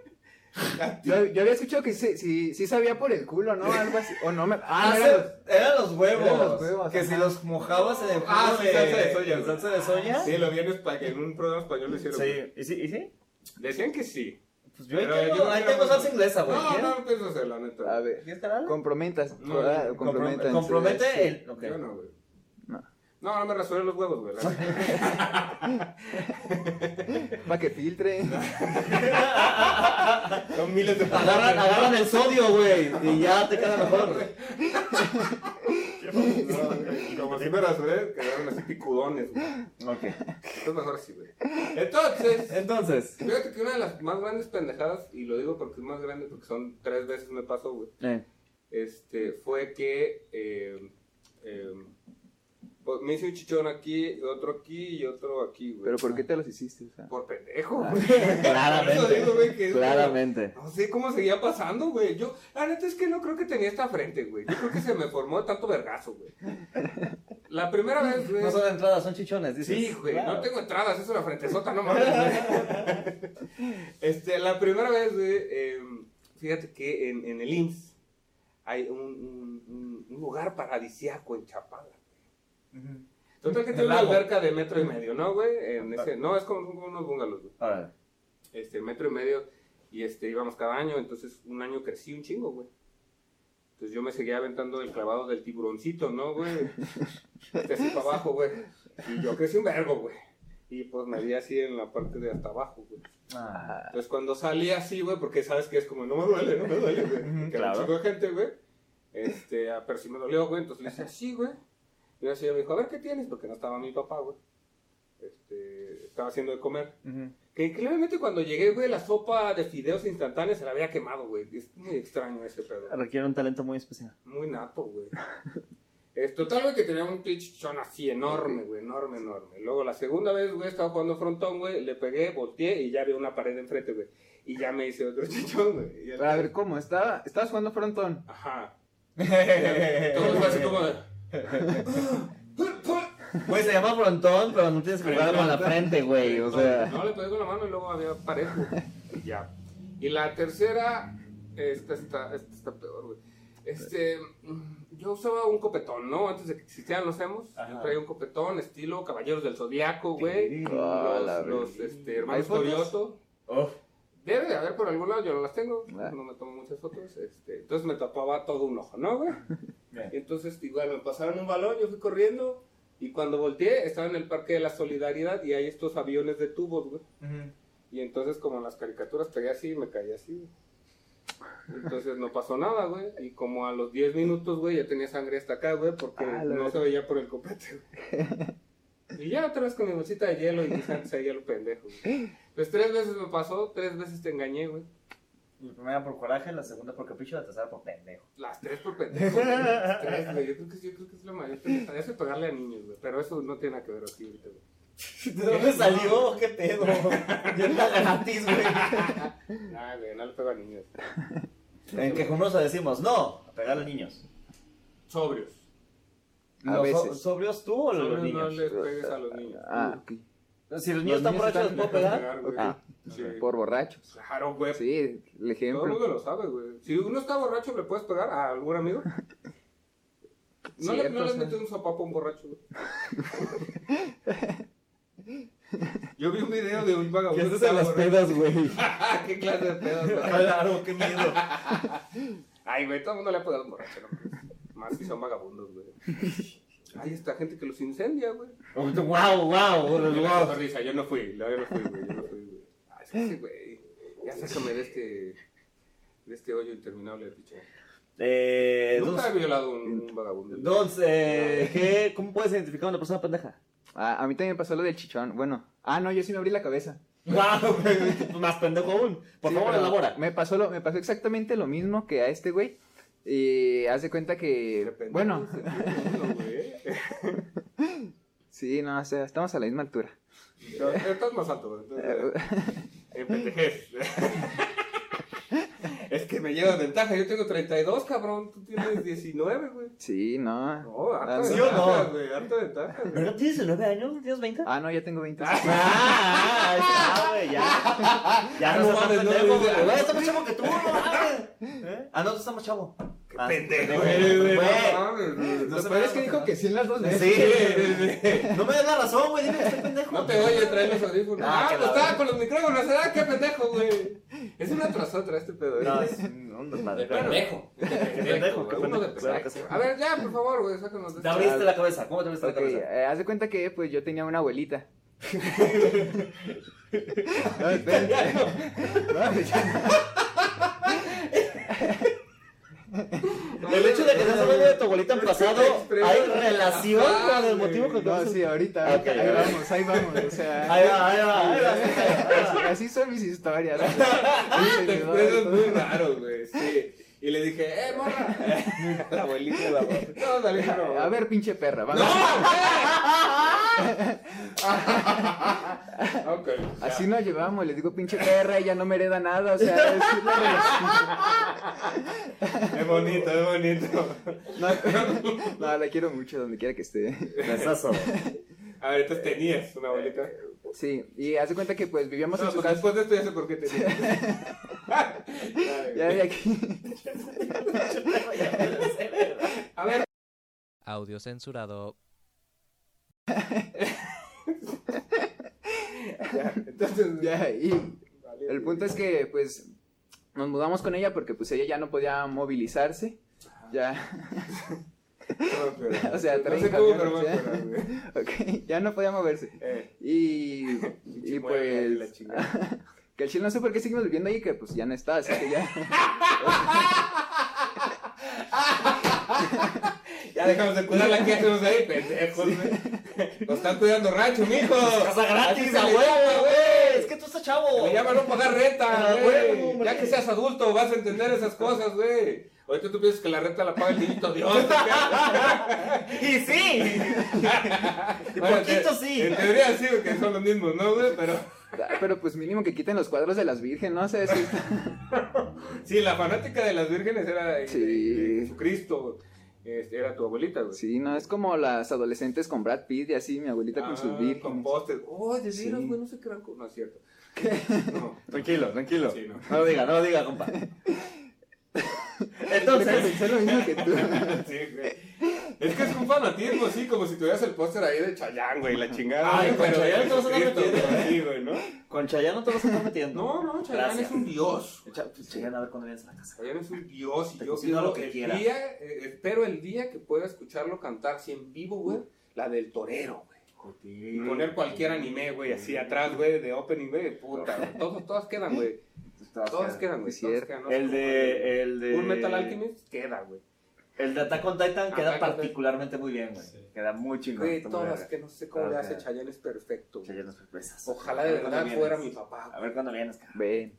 [SPEAKER 1] Yo, yo había escuchado que sí, sí, sí sabía por el culo, ¿no? Algo así. O no me. Ah,
[SPEAKER 10] Ah,
[SPEAKER 1] no,
[SPEAKER 10] eran
[SPEAKER 1] era-
[SPEAKER 10] los, eran los huevos.
[SPEAKER 1] eran los huevos,
[SPEAKER 10] que
[SPEAKER 1] ajá.
[SPEAKER 10] si los mojabas en el
[SPEAKER 3] Ah,
[SPEAKER 10] jugo
[SPEAKER 3] sí, salsa de soya,
[SPEAKER 10] en
[SPEAKER 3] güey.
[SPEAKER 10] salsa de soya.
[SPEAKER 3] Sí, lo vi en, espa- en un programa español, lo hicieron. güey.
[SPEAKER 2] Sí, ¿y sí? ¿Y sí?
[SPEAKER 3] Decían que sí.
[SPEAKER 2] Pues yo ahí
[SPEAKER 3] Pero yo
[SPEAKER 2] tengo,
[SPEAKER 3] creo que
[SPEAKER 2] ahí
[SPEAKER 3] era
[SPEAKER 2] tengo
[SPEAKER 3] más-
[SPEAKER 2] salsa inglesa, güey. Ah,
[SPEAKER 3] No,
[SPEAKER 2] ¿Quieres?
[SPEAKER 3] no, no pienso hacer, la neta.
[SPEAKER 1] A ver.
[SPEAKER 2] ¿Quieres calarla?
[SPEAKER 1] Comprometas.
[SPEAKER 3] No,
[SPEAKER 1] ah,
[SPEAKER 3] comprom-
[SPEAKER 1] comprometan,
[SPEAKER 2] Compromete
[SPEAKER 1] sí, sí.
[SPEAKER 2] el... ok.
[SPEAKER 3] Yo no, güey.
[SPEAKER 1] No.
[SPEAKER 3] No, no me rasuré los huevos, güey. la neta.
[SPEAKER 1] Para que filtre.
[SPEAKER 3] Son miles de
[SPEAKER 2] Agarran, agarran el sodio, güey, y ya te queda mejor, güey.
[SPEAKER 3] No, güey, Como si me rasuré, quedaron así picudones, güey.
[SPEAKER 1] Ok.
[SPEAKER 3] Entonces mejor así, güey. Entonces,
[SPEAKER 10] Entonces,
[SPEAKER 3] fíjate que una de las más grandes pendejadas, y lo digo porque es más grande, porque son tres veces me pasó, güey.
[SPEAKER 1] Eh.
[SPEAKER 3] Este, fue que eh, eh, pues, me hice un chichón aquí, otro aquí y otro aquí, güey.
[SPEAKER 1] Pero ¿por qué te los hiciste? O sea?
[SPEAKER 3] Por pendejo,
[SPEAKER 1] Ah,
[SPEAKER 3] güey. Por eso digo,
[SPEAKER 1] Claramente.
[SPEAKER 3] güey, que es-
[SPEAKER 1] Claramente.
[SPEAKER 3] No sé cómo seguía pasando, güey. Yo, la neta es que no creo que tenía esta frente, güey. Yo creo que se me formó de tanto vergazo, güey. La primera vez, güey.
[SPEAKER 2] No son entradas, son chichones, dices.
[SPEAKER 3] Sí, güey,
[SPEAKER 2] Claro.
[SPEAKER 3] no tengo entradas, es una frentezota, no mames. güey. este, la primera vez, güey, eh, fíjate que en, en el IMSS hay un, un- un- un lugar paradisiaco en Chapala. güey. Total que
[SPEAKER 10] El
[SPEAKER 3] tiene una
[SPEAKER 10] lago.
[SPEAKER 3] alberca de metro y medio, ¿no, güey? En ese- no, es como, son como unos bungalows, güey.
[SPEAKER 2] Órale.
[SPEAKER 3] Este, metro y medio, y este, íbamos cada año, entonces un año crecí un chingo, güey. Entonces yo me seguía aventando el clavado del tiburoncito, ¿no, güey? Este así para abajo, güey. Y yo crecí un vergo, güey. Y pues me vi así en la parte de hasta abajo, güey.
[SPEAKER 1] Ah,
[SPEAKER 3] Entonces cuando salí así, güey, porque sabes que es como, no me duele, no me duele, güey. Que era un
[SPEAKER 1] claro.
[SPEAKER 3] chico de gente, güey. Este, ah, pero sí me dolió, güey. Entonces le dije, sí, güey. Y la señora me dijo, a ver qué tienes, porque no estaba mi papá, güey. Este, estaba haciendo de comer.
[SPEAKER 1] ujú.
[SPEAKER 3] Que increíblemente cuando llegué, güey, la sopa de fideos instantáneos se la había quemado, güey. Es muy extraño ese pedo.
[SPEAKER 2] Requiere un talento muy especial.
[SPEAKER 3] Muy nato, güey. Es total, güey, que tenía un pinche chichón así enorme, güey, enorme, enorme. Luego la segunda vez, güey, estaba jugando frontón, güey, le pegué, volteé y ya había una pared enfrente, güey. Y ya me hice otro chichón, güey. Y el-
[SPEAKER 1] A ver, ¿cómo? Estaba, estabas jugando frontón.
[SPEAKER 3] Ajá. Todo fue así como de-
[SPEAKER 2] Güey, se llama frontón, pero no tienes que jugar con la frente, güey. O sea.
[SPEAKER 3] No, le pegué con la mano y luego había pared, güey. Y ya. Y la tercera, esta está, esta está peor, güey. Este, mm, yo usaba un copetón, ¿no? Antes de que existieran los hemos, yo traía un copetón estilo Caballeros del Zodíaco, güey.
[SPEAKER 1] Ah, la
[SPEAKER 3] los los
[SPEAKER 1] verga.
[SPEAKER 3] este, hermanos
[SPEAKER 1] ¿Hay fotos?
[SPEAKER 3] Torioto.
[SPEAKER 10] Uf.
[SPEAKER 3] Debe de haber por algún lado, yo no las tengo,
[SPEAKER 1] Ah.
[SPEAKER 3] no me tomo muchas fotos. Este, entonces me tapaba todo un ojo, ¿no, güey?
[SPEAKER 10] Bien.
[SPEAKER 3] Y entonces, igual, me pasaron un balón, yo fui corriendo. Y cuando volteé, estaba en el Parque de la Solidaridad y hay estos aviones de tubos, güey. Y entonces, como en las caricaturas, pegué así y me caí así. güey. Entonces no pasó nada, güey. Y como a los 10 minutos, güey, ya tenía sangre hasta acá, güey, porque
[SPEAKER 1] Ah, la
[SPEAKER 3] no
[SPEAKER 1] verdad.
[SPEAKER 3] se veía por el copete, güey. Y ya otra vez con mi bolsita de hielo y mis antes de hielo pendejo, güey. Pues tres veces me pasó, tres veces te engañé, güey.
[SPEAKER 10] La primera por coraje, la segunda por capricho, la tercera por pendejo.
[SPEAKER 3] Las tres por pendejo, güey. Las tres, güey. Yo creo que, yo creo que es la mayor pendejada. Eso es pegarle a niños, güey. Pero eso no tiene nada que ver aquí ahorita, güey.
[SPEAKER 10] ¿De dónde salió? ¿Qué pedo? Ya está gratis, güey.
[SPEAKER 3] Nah, güey, no le pego a niños.
[SPEAKER 10] En quejumbrosa decimos, no, a pegar a niños.
[SPEAKER 3] Sobrios.
[SPEAKER 10] ¿Los
[SPEAKER 1] A
[SPEAKER 10] so-
[SPEAKER 1] veces.
[SPEAKER 10] ¿Sobrios tú o los,
[SPEAKER 3] Sobrios no
[SPEAKER 10] niños?
[SPEAKER 3] les pegues a los niños.
[SPEAKER 1] Ah, ok.
[SPEAKER 10] Si los niños están
[SPEAKER 1] Los niños
[SPEAKER 10] borrachos,
[SPEAKER 1] están-
[SPEAKER 10] ¿los puedo pegar?
[SPEAKER 3] güey.
[SPEAKER 1] Ah,
[SPEAKER 3] Sí.
[SPEAKER 1] Por borrachos.
[SPEAKER 3] Pues, Claro, güey.
[SPEAKER 1] Sí, el
[SPEAKER 3] Todo el
[SPEAKER 1] ejemplo.
[SPEAKER 3] mundo lo sabe, güey. Si uno está borracho, ¿le puedes pegar a algún amigo? No, le,
[SPEAKER 1] Cierto,
[SPEAKER 3] no le has
[SPEAKER 1] sí.
[SPEAKER 3] metido un sopapo a un borracho, güey. Yo vi un video de un vagabundo. que estaba borracho. Ah,
[SPEAKER 1] güey?
[SPEAKER 3] ¿Qué clase de pedos, güey?
[SPEAKER 10] Claro, qué miedo.
[SPEAKER 3] Ay, güey, todo el mundo le ha pegado a un borracho, ¿no? Más si son vagabundos, güey. Hay esta gente que los incendia, güey.
[SPEAKER 2] Wow, wow,
[SPEAKER 3] Yo
[SPEAKER 2] wow.
[SPEAKER 3] sonrisa, yo no fui, no, yo no fui, güey, yo no fui, güey. Ah, Ay, es que ese güey, ya sácame de este, de este hoyo interminable de pichón.
[SPEAKER 2] Eh,
[SPEAKER 3] Nunca he
[SPEAKER 2] entonces,
[SPEAKER 3] violado un, un vagabundo.
[SPEAKER 2] entonces, eh, ¿qué- ¿cómo puedes identificar a una persona pendeja?
[SPEAKER 1] A, a mí también me pasó lo del chichón. Bueno, ah, no, yo sí me abrí la cabeza.
[SPEAKER 2] Más pendejo aún. Por
[SPEAKER 1] Sí,
[SPEAKER 2] favor,
[SPEAKER 1] pero
[SPEAKER 2] elabora.
[SPEAKER 1] Me pasó, lo, me pasó exactamente lo mismo que a este güey. Y haz de cuenta que.
[SPEAKER 3] Depende.
[SPEAKER 1] Bueno,
[SPEAKER 3] No, güey.
[SPEAKER 1] sí, no, o sea, estamos a la misma altura.
[SPEAKER 3] No, Estás más alto, güey. entonces, eh, pendejez. Es que me lleva ventaja. Yo tengo 32, cabrón. Tú tienes 19, güey.
[SPEAKER 1] Sí, no.
[SPEAKER 3] No, harta
[SPEAKER 1] ¿Sí
[SPEAKER 2] Ah, o
[SPEAKER 3] ventaja,
[SPEAKER 2] no?
[SPEAKER 3] güey. Harta ventaja. güey.
[SPEAKER 2] ¿Verdad? ¿Tienes 19 años? ¿No ¿Tienes 20?
[SPEAKER 1] Ah, no, ya tengo 20.
[SPEAKER 2] Ah, ahí está, güey, ya. Ya no
[SPEAKER 3] No
[SPEAKER 2] estamos
[SPEAKER 3] mames, no,
[SPEAKER 2] pendejo,
[SPEAKER 3] no,
[SPEAKER 2] güey.
[SPEAKER 3] no.
[SPEAKER 2] Güey, estamos chavo que tú, no mames. ¿Eh? Ah, no, tú estamos chavo.
[SPEAKER 3] Qué
[SPEAKER 2] Ah,
[SPEAKER 3] pendejo,
[SPEAKER 2] güey,
[SPEAKER 3] güey.
[SPEAKER 2] güey.
[SPEAKER 3] No mames, güey.
[SPEAKER 2] No
[SPEAKER 1] Lo
[SPEAKER 2] se
[SPEAKER 1] peor
[SPEAKER 2] me
[SPEAKER 1] es que
[SPEAKER 2] da
[SPEAKER 1] dijo
[SPEAKER 2] la
[SPEAKER 1] que sí en las dos veces.
[SPEAKER 2] Sí, no me des la razón, güey. Dime que estoy pendejo.
[SPEAKER 3] No te oye traer los audífonos.
[SPEAKER 2] Ah,
[SPEAKER 3] Ah,
[SPEAKER 2] que
[SPEAKER 3] pues
[SPEAKER 2] la
[SPEAKER 3] estaba con los micrófonos, ¿verdad? Qué pendejo, güey. Es una tras otra este pedo. ¿eh?
[SPEAKER 2] No, es un desmadre.
[SPEAKER 3] De pendejo. De
[SPEAKER 2] pendejo,
[SPEAKER 3] pendejo,
[SPEAKER 2] qué
[SPEAKER 3] güey, uno de
[SPEAKER 2] pendejo, claro que
[SPEAKER 3] pendejo.
[SPEAKER 2] sí.
[SPEAKER 3] A ver, ya, por favor, güey, sácanos de
[SPEAKER 2] Te
[SPEAKER 3] esto.
[SPEAKER 2] abriste la cabeza. ¿Cómo te abriste
[SPEAKER 1] Ok,
[SPEAKER 2] la cabeza?
[SPEAKER 1] eh, haz de cuenta que pues yo tenía una abuelita. no, espérate. No, ya-
[SPEAKER 2] El hecho de que seas amigo de tu abuelita en pasado,
[SPEAKER 3] expresa.
[SPEAKER 2] ¿hay relación
[SPEAKER 3] Ajá,
[SPEAKER 2] con el
[SPEAKER 3] güey.
[SPEAKER 2] motivo que
[SPEAKER 1] no, sí, ahorita.
[SPEAKER 2] Ok,
[SPEAKER 1] ahí
[SPEAKER 2] a ver.
[SPEAKER 1] vamos, ahí vamos. O sea,
[SPEAKER 2] Ahí va, ahí va, ahí va.
[SPEAKER 1] así, así son mis historias. ¿no?
[SPEAKER 3] Ah, Te expresas muy raro, güey, sí. Y le dije, eh, morra. La abuelita la abuelita. No, dale, no.
[SPEAKER 1] A ver, pinche perra, vamos.
[SPEAKER 3] Ok. ya.
[SPEAKER 1] Así nos llevamos, les digo pinche perra, ella no me hereda nada, o sea, es la relación.
[SPEAKER 3] Es bonito, es bonito.
[SPEAKER 1] No, no, la quiero mucho donde quiera que esté.
[SPEAKER 2] Besazo.
[SPEAKER 3] A ver, entonces tenías una abuelita.
[SPEAKER 1] Sí, y hace cuenta que pues vivíamos
[SPEAKER 3] No,
[SPEAKER 1] en su
[SPEAKER 3] pues
[SPEAKER 1] casa.
[SPEAKER 3] después de esto ya sé por qué tenías. Dale,
[SPEAKER 1] Ya
[SPEAKER 3] güey.
[SPEAKER 1] de aquí.
[SPEAKER 3] A ver,
[SPEAKER 4] Audio censurado.
[SPEAKER 3] ya. Entonces,
[SPEAKER 1] Ya, y
[SPEAKER 3] vale,
[SPEAKER 1] el punto es que pues nos mudamos con ella porque pues ella ya no podía movilizarse. Ya,
[SPEAKER 3] No, pero-
[SPEAKER 1] O sea,
[SPEAKER 3] no
[SPEAKER 1] traen
[SPEAKER 3] sé cómo,
[SPEAKER 1] camiones,
[SPEAKER 3] pero voy a
[SPEAKER 1] ¿eh?
[SPEAKER 3] parar, güey.
[SPEAKER 1] ok, ya no podía moverse.
[SPEAKER 3] Eh,
[SPEAKER 1] Y, y
[SPEAKER 3] mueve la
[SPEAKER 1] pues
[SPEAKER 2] ah.
[SPEAKER 3] chingada.
[SPEAKER 1] que el chile no sé por qué seguimos viviendo ahí que pues ya no está, así que ya.
[SPEAKER 3] Ya dejamos de cuidarla, ¿qué hacemos ahí, pendejos, güey? Nos están cuidando rancho, mijo.
[SPEAKER 2] Casa gratis,
[SPEAKER 3] se
[SPEAKER 2] a
[SPEAKER 3] le
[SPEAKER 2] huevo,
[SPEAKER 3] llama,
[SPEAKER 2] güey. Es que tú estás chavo.
[SPEAKER 3] Me llaman no pagar renta,
[SPEAKER 2] Ah, huevo,
[SPEAKER 3] güey.
[SPEAKER 2] hombre.
[SPEAKER 3] Ya que seas adulto, vas a entender esas cosas, güey. Ahorita tú piensas que la renta la paga el niñito Dios.
[SPEAKER 2] Y sí. Y
[SPEAKER 3] Bueno,
[SPEAKER 2] poquito
[SPEAKER 3] en-
[SPEAKER 2] sí.
[SPEAKER 3] En teoría sí, que son los mismos, ¿no, güey? Pero
[SPEAKER 1] Pero pues mínimo que quiten los cuadros de las virgen, no sé, sí.
[SPEAKER 3] sí, la fanática de las vírgenes era eh,
[SPEAKER 1] Sí.
[SPEAKER 3] de Jesucristo. este, Era tu abuelita, güey.
[SPEAKER 1] Sí, no, es como las adolescentes con Brad Pitt y así, mi abuelita con sus
[SPEAKER 3] Ah,
[SPEAKER 1] vírgenes.
[SPEAKER 3] Con póster. Oh, de
[SPEAKER 1] Sí.
[SPEAKER 3] veras, güey, no sé qué eran. con- No es cierto. No,
[SPEAKER 2] Tranquilo, tranquilo.
[SPEAKER 3] sí, no.
[SPEAKER 2] No lo diga, no lo diga, compa.
[SPEAKER 1] Entonces,
[SPEAKER 2] Entonces,
[SPEAKER 1] pensé lo mismo que tú.
[SPEAKER 3] Sí, güey. Es que es un fanatismo, sí, como si tuvieras el póster ahí de Chayán, güey, la chingada.
[SPEAKER 2] Ay,
[SPEAKER 3] güey,
[SPEAKER 2] con
[SPEAKER 3] pero de
[SPEAKER 2] Chayanne te vas a andar
[SPEAKER 3] Jesucristo,
[SPEAKER 2] metiendo.
[SPEAKER 3] güey, sí, güey, ¿no?
[SPEAKER 2] con Chayanne no te vas a estar metiendo.
[SPEAKER 3] No, no, Chayanne
[SPEAKER 2] Gracias.
[SPEAKER 3] es un dios.
[SPEAKER 2] Cha- pues, Chayanne, a ver cuándo vienes a la casa.
[SPEAKER 3] Chayanne es un dios y
[SPEAKER 2] Te
[SPEAKER 3] yo
[SPEAKER 2] cocina
[SPEAKER 3] quiero
[SPEAKER 2] lo que
[SPEAKER 3] el
[SPEAKER 2] quiera.
[SPEAKER 3] día, eh, espero el día que pueda escucharlo cantar, si en vivo, güey, la del torero, güey. Y poner cualquier anime, güey, así atrás, güey, de opening, güey, puta, güey. Todos, todas quedan, güey. Todas quedan, güey.
[SPEAKER 1] Es
[SPEAKER 3] todas
[SPEAKER 1] cierto.
[SPEAKER 3] quedan, ¿no?
[SPEAKER 2] El de. El de.
[SPEAKER 3] Full Metal Alchemist queda, güey.
[SPEAKER 2] El de Attack on Titan queda
[SPEAKER 3] Attack on Titan.
[SPEAKER 2] particularmente muy bien, güey.
[SPEAKER 11] Queda muy chingón.
[SPEAKER 3] Güey,
[SPEAKER 11] está muy
[SPEAKER 3] todas,
[SPEAKER 11] verga.
[SPEAKER 3] que no sé cómo le
[SPEAKER 11] Todas
[SPEAKER 3] hace
[SPEAKER 11] quedan.
[SPEAKER 3] Chayanne, es perfecto. güey.
[SPEAKER 11] Chayanne es sorpresas.
[SPEAKER 3] Ojalá de
[SPEAKER 11] A ver cuándo
[SPEAKER 3] verdad
[SPEAKER 11] vienes.
[SPEAKER 3] fuera mi papá,
[SPEAKER 2] Ah,
[SPEAKER 11] A ver cuándo vienes, cara.
[SPEAKER 1] Ven.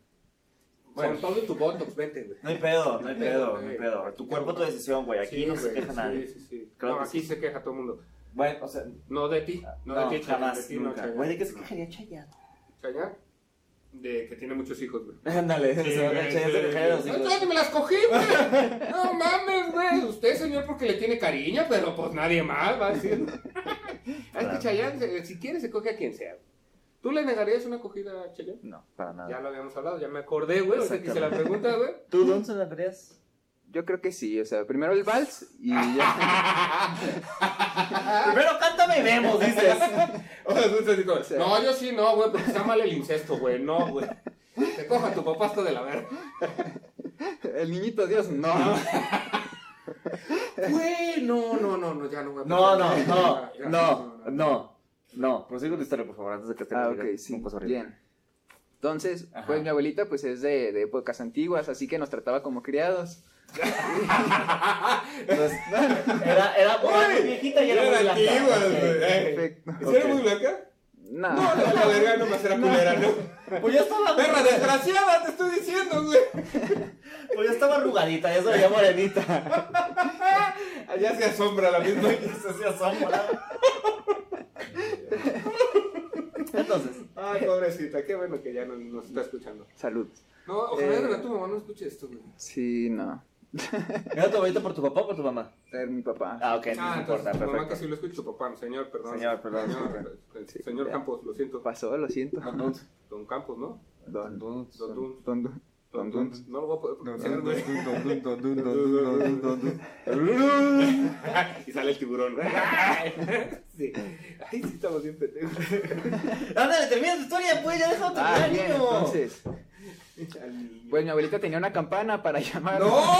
[SPEAKER 3] Bueno, todo y tu botox, vente, güey.
[SPEAKER 2] No hay pedo, no hay
[SPEAKER 3] Sí,
[SPEAKER 2] pedo,
[SPEAKER 3] güey.
[SPEAKER 2] no hay pedo. Tu cuerpo, tu decisión, güey. Aquí
[SPEAKER 3] Sí,
[SPEAKER 2] no se
[SPEAKER 3] güey,
[SPEAKER 2] queja nadie.
[SPEAKER 3] Sí, sí, sí.
[SPEAKER 2] Claro
[SPEAKER 3] no,
[SPEAKER 2] que
[SPEAKER 3] aquí
[SPEAKER 2] sí.
[SPEAKER 3] se queja todo el mundo.
[SPEAKER 2] Bueno, o sea,
[SPEAKER 3] No de ti, no,
[SPEAKER 2] no,
[SPEAKER 3] de ti, Chayanne, de
[SPEAKER 2] jamás,
[SPEAKER 3] ti, no,
[SPEAKER 2] nunca.
[SPEAKER 3] Chayanne.
[SPEAKER 2] Güey, ¿de qué se quejaría Chayanne?
[SPEAKER 3] Chayanne, de que tiene muchos hijos, güey.
[SPEAKER 2] Ándale,
[SPEAKER 3] Sí,
[SPEAKER 2] se va a
[SPEAKER 3] güey,
[SPEAKER 2] ver Chayanne,
[SPEAKER 3] sí,
[SPEAKER 2] se quejaría de los
[SPEAKER 3] sí.
[SPEAKER 2] hijos.
[SPEAKER 3] ¡Ay, que me las cogí, güey! No mames, güey. Usted, señor, porque le tiene cariño, pero pues nadie más va a decir. Es que Chayanne, se- si quiere, se coge a quien sea. ¿Tú le negarías una cogida a Chayanne?
[SPEAKER 11] No, para nada.
[SPEAKER 3] Ya lo habíamos hablado, ya me acordé, güey. O sea, que se la pregunta, güey.
[SPEAKER 2] ¿Tú dónde se la verías?
[SPEAKER 1] Yo creo que sí, o sea, primero el vals y ya.
[SPEAKER 2] Primero cántame y vemos, dices.
[SPEAKER 3] O sea, tú te digo,
[SPEAKER 1] sea-
[SPEAKER 3] no, yo sí no, güey, porque está mal el incesto, güey. No, güey. Te coja tu papá hasta de la verga.
[SPEAKER 1] El niñito Dios, no.
[SPEAKER 3] Güey, no, no, no, no, ya no, güey.
[SPEAKER 11] No, no, no, no, no, no. Prosigo la historia, por favor, antes de que te
[SPEAKER 1] Ah,
[SPEAKER 11] diga
[SPEAKER 1] ok, sí.
[SPEAKER 2] pues,
[SPEAKER 11] una cosa horrible.
[SPEAKER 1] Bien. Entonces,
[SPEAKER 11] Ajá.
[SPEAKER 1] pues mi abuelita pues es de, de épocas antiguas, así que nos trataba como criados.
[SPEAKER 2] Era, era muy viejita y era muy
[SPEAKER 3] Era
[SPEAKER 2] blanca.
[SPEAKER 3] antigua,
[SPEAKER 2] Ok.
[SPEAKER 3] güey. eh.
[SPEAKER 1] Perfecto.
[SPEAKER 3] ¿Sí era muy blanca?
[SPEAKER 1] No.
[SPEAKER 3] No, la, la verga no más era culera, ¿no?
[SPEAKER 2] Pues ya estaba,
[SPEAKER 3] Perra desgraciada, te estoy diciendo, güey.
[SPEAKER 2] pues ya estaba arrugadita, ya se veía morenita.
[SPEAKER 3] Allá se asombra la misma.
[SPEAKER 2] Se hacía sombra. Entonces,
[SPEAKER 3] Ay, pobrecita, qué bueno que ya no nos está escuchando.
[SPEAKER 1] Salud.
[SPEAKER 3] No, ojalá
[SPEAKER 1] Eh.
[SPEAKER 3] de verdad tu mamá no escuche esto, güey.
[SPEAKER 1] Sí, no.
[SPEAKER 2] ¿era tu abuelita por tu papá o por tu mamá?
[SPEAKER 1] Era mi papá.
[SPEAKER 2] Ah, ok, no
[SPEAKER 3] Ah, entonces
[SPEAKER 2] importa,
[SPEAKER 3] tu mamá
[SPEAKER 2] perfecto.
[SPEAKER 3] que sí lo escucha, tu papá, no, señor, perdón.
[SPEAKER 1] Señor, perdón,
[SPEAKER 3] Señor, eh,
[SPEAKER 1] Sí,
[SPEAKER 3] señor
[SPEAKER 1] ya.
[SPEAKER 3] Campos, lo siento.
[SPEAKER 1] Pasó, lo siento.
[SPEAKER 3] Don Campos, ¿no?
[SPEAKER 1] Don,
[SPEAKER 3] Don Dun.
[SPEAKER 1] don, don.
[SPEAKER 3] Don Dun. No lo voy a poder pronunciar, güey. Y sale el tiburón. sí. Ay, sí, estamos bien pendejos.
[SPEAKER 2] Ándale, termina tu historia, pues, ya déjame
[SPEAKER 1] Ah,
[SPEAKER 2] terminar,
[SPEAKER 1] bien,
[SPEAKER 2] niño.
[SPEAKER 1] entonces.
[SPEAKER 3] Al niño.
[SPEAKER 1] Pues mi abuelita tenía una campana para llamar.
[SPEAKER 3] ¡No, güey!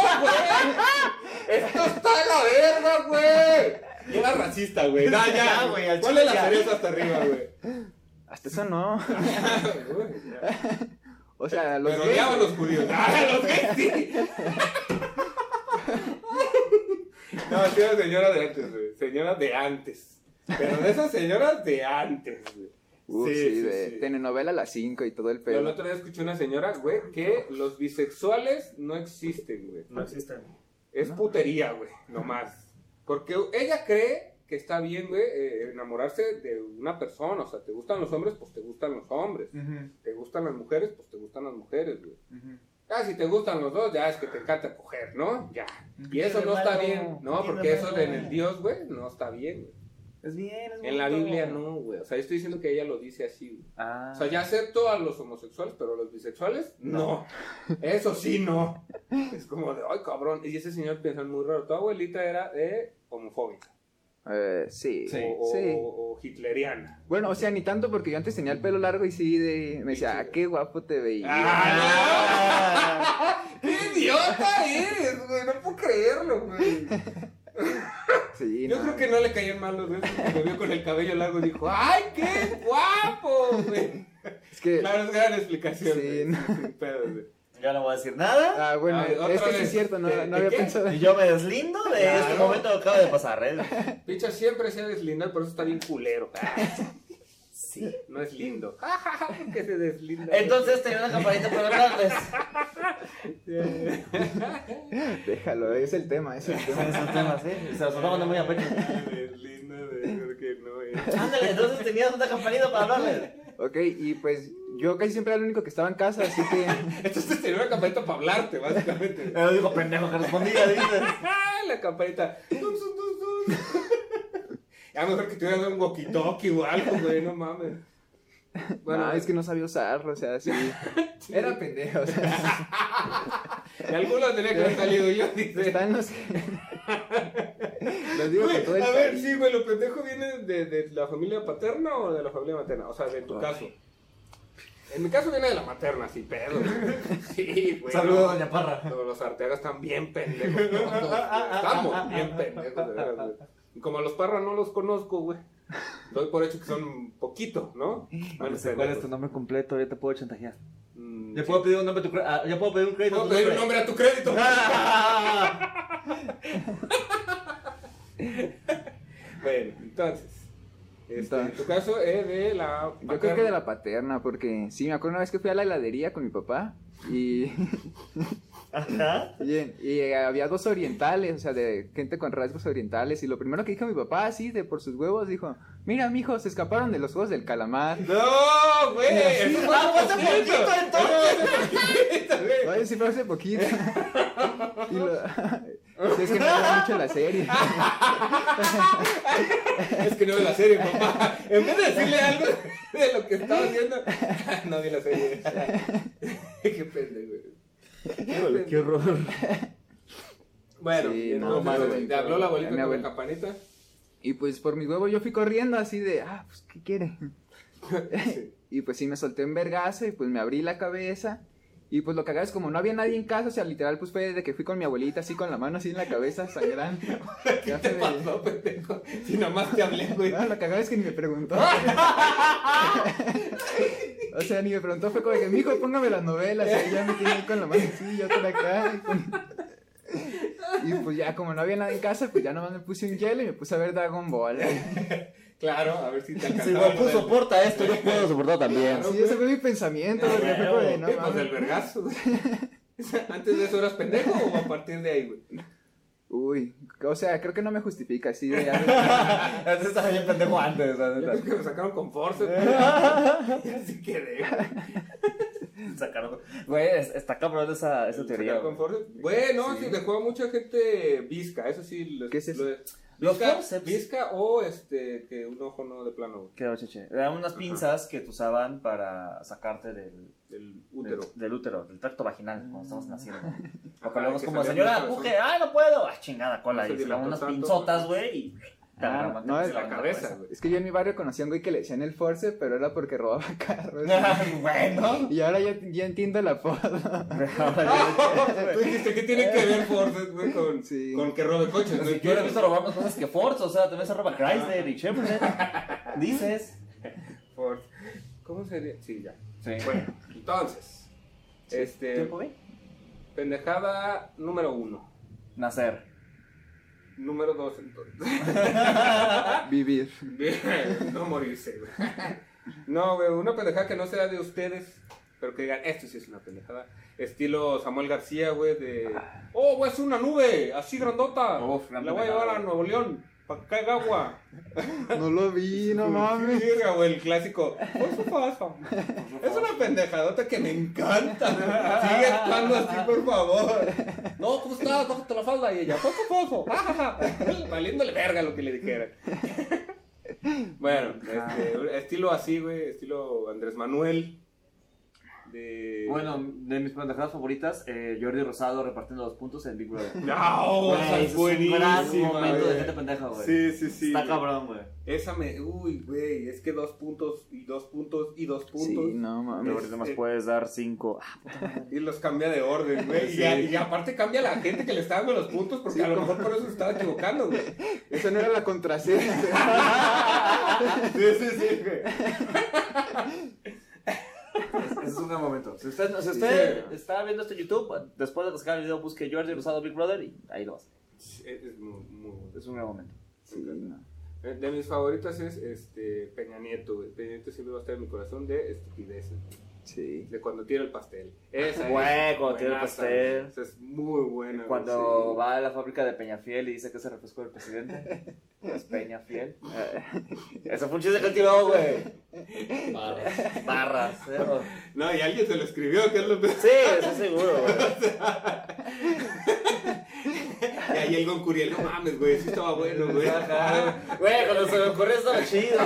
[SPEAKER 3] ¡Esto está a la verga, güey! Y era racista, güey. Da, ya,
[SPEAKER 2] Ya, güey, al
[SPEAKER 3] Ponle la
[SPEAKER 2] chile ya.
[SPEAKER 3] cereza hasta arriba, güey.
[SPEAKER 1] Hasta eso no.
[SPEAKER 3] Uy, ya.
[SPEAKER 1] O sea, los
[SPEAKER 3] Pero
[SPEAKER 1] gays-
[SPEAKER 3] odiaba a los judíos. ¡Ah, los gays, sí! No, sí era señora de antes, güey. Señora de antes. Pero de esas señoras de antes, güey.
[SPEAKER 1] Uf, sí, de
[SPEAKER 3] sí.
[SPEAKER 1] telenovela a las 5 y todo el
[SPEAKER 3] Pero el
[SPEAKER 1] pedo.
[SPEAKER 3] otro día escuché una señora, güey, que los bisexuales no existen, güey.
[SPEAKER 4] No existen.
[SPEAKER 3] Es putería, güey, nomás. Porque ella cree que está bien, güey, eh, enamorarse de una persona. O sea, te gustan los hombres, pues te gustan los hombres. Te gustan las mujeres, pues te gustan las mujeres, güey. Ya, Ah, si te gustan los dos, ya es que te encanta coger, ¿no? Ya. Y eso no está bien, ¿no? Porque eso en el Dios, güey, no está bien, güey.
[SPEAKER 2] Es bien, es
[SPEAKER 3] En la
[SPEAKER 2] bonito.
[SPEAKER 3] Biblia no, güey. O sea, yo estoy diciendo que ella lo dice así, güey.
[SPEAKER 1] Ah,
[SPEAKER 3] O sea, ya acepto a los homosexuales, pero a los bisexuales, no. Eso sí, no. Es como de, ay, cabrón. Y ese señor piensa muy raro. Tu abuelita era eh, homofóbica.
[SPEAKER 1] eh, sí.
[SPEAKER 4] Sí.
[SPEAKER 3] O, o-
[SPEAKER 1] sí.
[SPEAKER 3] o- o hitleriana.
[SPEAKER 1] Bueno, o sea, ni tanto porque yo antes tenía el pelo largo y sí, de... me decía, ah, qué guapo te veía.
[SPEAKER 3] ¡Ah! ¡Qué idiota eres, güey! No puedo creerlo, güey.
[SPEAKER 1] Sí,
[SPEAKER 3] Yo
[SPEAKER 1] no.
[SPEAKER 3] creo que no le caían mal los dedos porque me vio con el cabello largo y dijo, ¡ay, qué guapo, güey!
[SPEAKER 1] Es que.
[SPEAKER 3] Claro, es gran explicación.
[SPEAKER 1] Sí,
[SPEAKER 3] güey.
[SPEAKER 1] no.
[SPEAKER 3] Sin pedos, güey.
[SPEAKER 2] Ya no voy a decir nada.
[SPEAKER 1] Ah, bueno,
[SPEAKER 3] A ver,
[SPEAKER 1] es
[SPEAKER 3] otra
[SPEAKER 1] que sí
[SPEAKER 3] vez.
[SPEAKER 1] es cierto, no,
[SPEAKER 3] ¿De-
[SPEAKER 1] no
[SPEAKER 3] de
[SPEAKER 1] había
[SPEAKER 3] qué?
[SPEAKER 1] pensado.
[SPEAKER 2] Y yo me deslindo de este
[SPEAKER 3] Claro.
[SPEAKER 2] momento que acaba de pasar, ¿eh?
[SPEAKER 3] Picha siempre se ha deslindado, por eso está bien culero. Sí. No es lindo.
[SPEAKER 1] Ah,
[SPEAKER 3] Porque se deslinda.
[SPEAKER 2] Entonces tenía una campanita para hablarles.
[SPEAKER 1] Déjalo, es el tema, es el tema.
[SPEAKER 2] Esos temas, ¿eh? Se los tomando muy a pecho.
[SPEAKER 3] Se deslinda de porque no es.
[SPEAKER 2] Ándale, entonces tenías una campanita para hablarles.
[SPEAKER 1] ok, y pues yo casi siempre era el único que estaba en casa, así que.
[SPEAKER 3] Entonces tenía una campanita para hablarte, básicamente.
[SPEAKER 2] Pero digo, pendejo, que respondía, dices.
[SPEAKER 3] ¡Ah! La campanita. Dun, dun, dun, dun. A lo mejor que tuviera un walkie-talkie o algo, güey, no mames.
[SPEAKER 1] Bueno, eh. es que no sabía usarlo, o sea, sí. Era pendejo, o sea,
[SPEAKER 3] Alguno tenía que haber salido yo, dice.
[SPEAKER 1] están los. los digo con todo
[SPEAKER 3] Güey,
[SPEAKER 1] el
[SPEAKER 3] a ver,
[SPEAKER 1] cariño.
[SPEAKER 3] sí, güey, ¿lo pendejo viene de, de la familia paterna o de la familia materna? O sea, de tu caso. En mi caso viene de la materna, sí, pedo. Sí, güey. no.
[SPEAKER 2] Saludos, doña Parra.
[SPEAKER 3] Todos los arteagas están bien pendejos. todos, güey. Estamos bien pendejos, de veras, güey. Y Como a los parras no los conozco, güey. Doy por hecho que son poquito, ¿no?
[SPEAKER 2] No
[SPEAKER 3] Menos
[SPEAKER 2] sé cuál es
[SPEAKER 3] pendejos.
[SPEAKER 2] tu nombre completo, ya te puedo chantajear.
[SPEAKER 3] Mm,
[SPEAKER 2] Ya
[SPEAKER 3] sí.
[SPEAKER 2] puedo pedir un nombre, a tu cre- ah, ya puedo pedir un crédito. a
[SPEAKER 3] Puedo
[SPEAKER 2] tu
[SPEAKER 3] pedir un nombre a tu crédito.
[SPEAKER 2] Ah,
[SPEAKER 3] Bueno, entonces. este,
[SPEAKER 1] Entonces.
[SPEAKER 3] en tu caso es de la.
[SPEAKER 1] Yo creo que de la paterna, porque sí, me acuerdo una vez que fui a la heladería con mi papá y.
[SPEAKER 2] Ajá.
[SPEAKER 1] Bien, y eh, había dos orientales, o sea, de gente con rasgos orientales. Y lo primero que dijo mi papá, así, de por sus huevos, dijo: Mira, mijo, se escaparon de los juegos del calamar.
[SPEAKER 3] No, güey. Eso fue
[SPEAKER 2] Ah, pues hace
[SPEAKER 3] poquito.
[SPEAKER 2] poquito entonces.
[SPEAKER 1] No, yo sí fue hace poquito. y lo... Sí, es que me gusta mucho la serie.
[SPEAKER 3] Es que no ve la serie, papá. En vez de decirle algo de lo que estaba haciendo, no vi la serie. Qué pendejo. Híjole, qué horror. Bueno,
[SPEAKER 1] Sí,
[SPEAKER 3] y
[SPEAKER 1] no,
[SPEAKER 3] entonces,
[SPEAKER 1] malo, güey.
[SPEAKER 3] te habló la abuelita
[SPEAKER 1] Mi
[SPEAKER 3] con la
[SPEAKER 1] abuela.
[SPEAKER 3] campanita.
[SPEAKER 1] Y pues por mis huevos yo fui corriendo así de, ah, pues, ¿qué quiere?
[SPEAKER 3] Sí.
[SPEAKER 1] Y pues sí, me solté en vergazo y pues me abrí la cabeza. Y pues lo cagado es como no había nadie en casa, o sea, literal, pues fue de que fui con mi abuelita así con la mano así en la cabeza, sangrando.
[SPEAKER 3] ¿Qué
[SPEAKER 1] Ya
[SPEAKER 3] te
[SPEAKER 1] fue de-
[SPEAKER 3] pasó, pendejo? Si nomás te hablé, güey.
[SPEAKER 1] No, lo cagado es que ni me preguntó. o sea, ni me preguntó, fue como que, mijo, póngame las novelas. Y ya me tiene ahí con la mano así, yo por acá. Y pues ya, como no había nada en casa, pues ya nomás me puse un hielo y me puse a ver Dragon Ball.
[SPEAKER 3] Claro, a ver si te
[SPEAKER 8] Si
[SPEAKER 3] alcanzaba.
[SPEAKER 8] Goku
[SPEAKER 3] para el-
[SPEAKER 8] soporta esto, yo puedo soportar también.
[SPEAKER 1] Sí, ese fue mi pensamiento, güey. Yo fue como de, no
[SPEAKER 3] ¿Qué? Ah, Pues
[SPEAKER 1] mames.
[SPEAKER 3] el vergazo. Antes de eso eras pendejo o a partir de ahí, güey.
[SPEAKER 1] Uy, o sea, creo que no me justifica así de ya.
[SPEAKER 8] Este estaba bien pendejo antes, la
[SPEAKER 3] Yo
[SPEAKER 8] neta.
[SPEAKER 3] creo que me sacaron con force. Y así quedé. güey.
[SPEAKER 8] Sacaron. Güey, es- está cabrón esa, esa teoría.
[SPEAKER 3] Sacaron
[SPEAKER 8] güey.
[SPEAKER 3] con force. Güey, no, sí. dejó a mucha gente visca. Eso sí. les-
[SPEAKER 1] ¿Qué es eso?
[SPEAKER 3] lo de-
[SPEAKER 8] Los
[SPEAKER 3] visca,
[SPEAKER 8] forceps.
[SPEAKER 3] Visca o este, que un ojo no de plano, güey.
[SPEAKER 8] Quedó cheche. Eran unas pinzas que te usaban para sacarte del,
[SPEAKER 3] Del útero.
[SPEAKER 8] del, del útero, del tracto vaginal, cuando
[SPEAKER 1] Ah.
[SPEAKER 8] estamos naciendo. O
[SPEAKER 3] Ajá,
[SPEAKER 8] que luego es
[SPEAKER 3] que
[SPEAKER 8] como,
[SPEAKER 3] salía
[SPEAKER 8] señora,
[SPEAKER 3] mucho
[SPEAKER 8] empuje, ¡ay, no puedo! ¡Ah, chingada cola!
[SPEAKER 3] No se
[SPEAKER 8] y se daban
[SPEAKER 3] dilató
[SPEAKER 8] unas
[SPEAKER 3] tanto,
[SPEAKER 8] pinzotas, güey, y... te
[SPEAKER 1] Ah,
[SPEAKER 8] agarraban, te
[SPEAKER 1] no, es
[SPEAKER 8] pusieron
[SPEAKER 3] La cabeza, güey.
[SPEAKER 1] Es que yo en mi barrio conocí a un güey que le decían el Force, pero era porque robaba carros.
[SPEAKER 8] bueno.
[SPEAKER 1] Y ahora ya, ya entiendo el apodo.
[SPEAKER 3] Tú dijiste, ¿qué tiene que ver force, güey, con,
[SPEAKER 1] Sí.
[SPEAKER 3] con que robe coches?
[SPEAKER 8] Ni
[SPEAKER 3] güey?
[SPEAKER 8] siquiera he visto robar más cosas que Forza, o sea, también se roba Chrysler y Chevrolet. Dices.
[SPEAKER 3] Ford. ¿Cómo sería? Sí, ya.
[SPEAKER 8] Sí.
[SPEAKER 3] Bueno, entonces. Este.
[SPEAKER 8] ¿Tiempo, güey?
[SPEAKER 3] Pendejada número uno.
[SPEAKER 8] Nacer.
[SPEAKER 3] Número dos, entonces.
[SPEAKER 1] Vivir.
[SPEAKER 3] Bien, no morirse, güey. No, güey, una pendejada que no sea de ustedes, pero que digan, esto sí es una pendejada. Estilo Samuel García, güey, de. ¡Oh, güey, es una nube! Así grandota.
[SPEAKER 8] Uf, gran
[SPEAKER 3] La voy a
[SPEAKER 8] pendejada,
[SPEAKER 3] llevar a
[SPEAKER 8] güey.
[SPEAKER 3] Nuevo León. Para que caiga agua.
[SPEAKER 1] No lo vi, no mames.
[SPEAKER 3] Sí, güey, el clásico. "Por su paso". Es una pendejadota que me encanta. Sigue actuando así, por favor. No, ¿cómo estás? Bájate la falda. Y ella, por su paso. Valiéndole verga lo que le dijera. Bueno,
[SPEAKER 2] Ah.
[SPEAKER 3] este, estilo así, güey. Estilo Andrés Manuel. De...
[SPEAKER 2] Bueno, de mis pendejadas favoritas, eh, Jordi Rosado repartiendo los puntos en Big Brother.
[SPEAKER 3] No,
[SPEAKER 2] Güey,
[SPEAKER 3] esa
[SPEAKER 2] ese
[SPEAKER 3] es buenísima.
[SPEAKER 2] Es un Oh, gran momento de
[SPEAKER 3] güey.
[SPEAKER 2] gente pendeja, güey.
[SPEAKER 3] Sí, sí, sí.
[SPEAKER 2] Está
[SPEAKER 3] güey.
[SPEAKER 2] cabrón, güey.
[SPEAKER 3] Esa me. Uy, güey. Es que dos puntos y dos puntos y dos
[SPEAKER 1] Sí,
[SPEAKER 3] puntos.
[SPEAKER 1] no mames.
[SPEAKER 3] ahorita más
[SPEAKER 8] puedes dar cinco.
[SPEAKER 3] Y los cambia de orden, güey. Y, a- y aparte cambia la gente que le está dando los puntos porque a lo mejor por eso se estaba equivocando, güey.
[SPEAKER 1] Esa no era la contraseña.
[SPEAKER 3] Sí, sí, sí, güey.
[SPEAKER 2] Ese es un gran momento. Si usted, si
[SPEAKER 3] Sí,
[SPEAKER 2] usted
[SPEAKER 3] sí.
[SPEAKER 2] está viendo esto en YouTube, después de descargar el video, busque Jordi Rosado Big Brother y ahí lo vas.
[SPEAKER 3] Es, es muy, muy bueno.
[SPEAKER 2] Es un gran momento.
[SPEAKER 1] Sí, no.
[SPEAKER 3] Eh, De mis favoritas es este, Peña Nieto, güey. Peña Nieto siempre va a estar en mi corazón de estupideces.
[SPEAKER 1] Sí.
[SPEAKER 3] De cuando tira el pastel. Esa
[SPEAKER 2] Güey,
[SPEAKER 3] es.
[SPEAKER 2] cuando tira el
[SPEAKER 3] buenaza,
[SPEAKER 2] pastel.
[SPEAKER 3] güey. Esa es muy buena. güey.
[SPEAKER 2] Cuando va a la fábrica de Peñafiel y dice que se refresco del presidente. Es Peñafiel.
[SPEAKER 8] Eh.
[SPEAKER 2] Eso fue un chiste que él tiró, güey. Barras. Barras. cero.
[SPEAKER 3] Sí. No, y alguien se lo escribió, que es lo peor.
[SPEAKER 2] Sí, eso seguro, güey.
[SPEAKER 3] Y ahí el Goncuriel, no mames, güey. Sí estaba bueno, güey.
[SPEAKER 2] Ajá. Güey, cuando se me ocurrió estaba chido.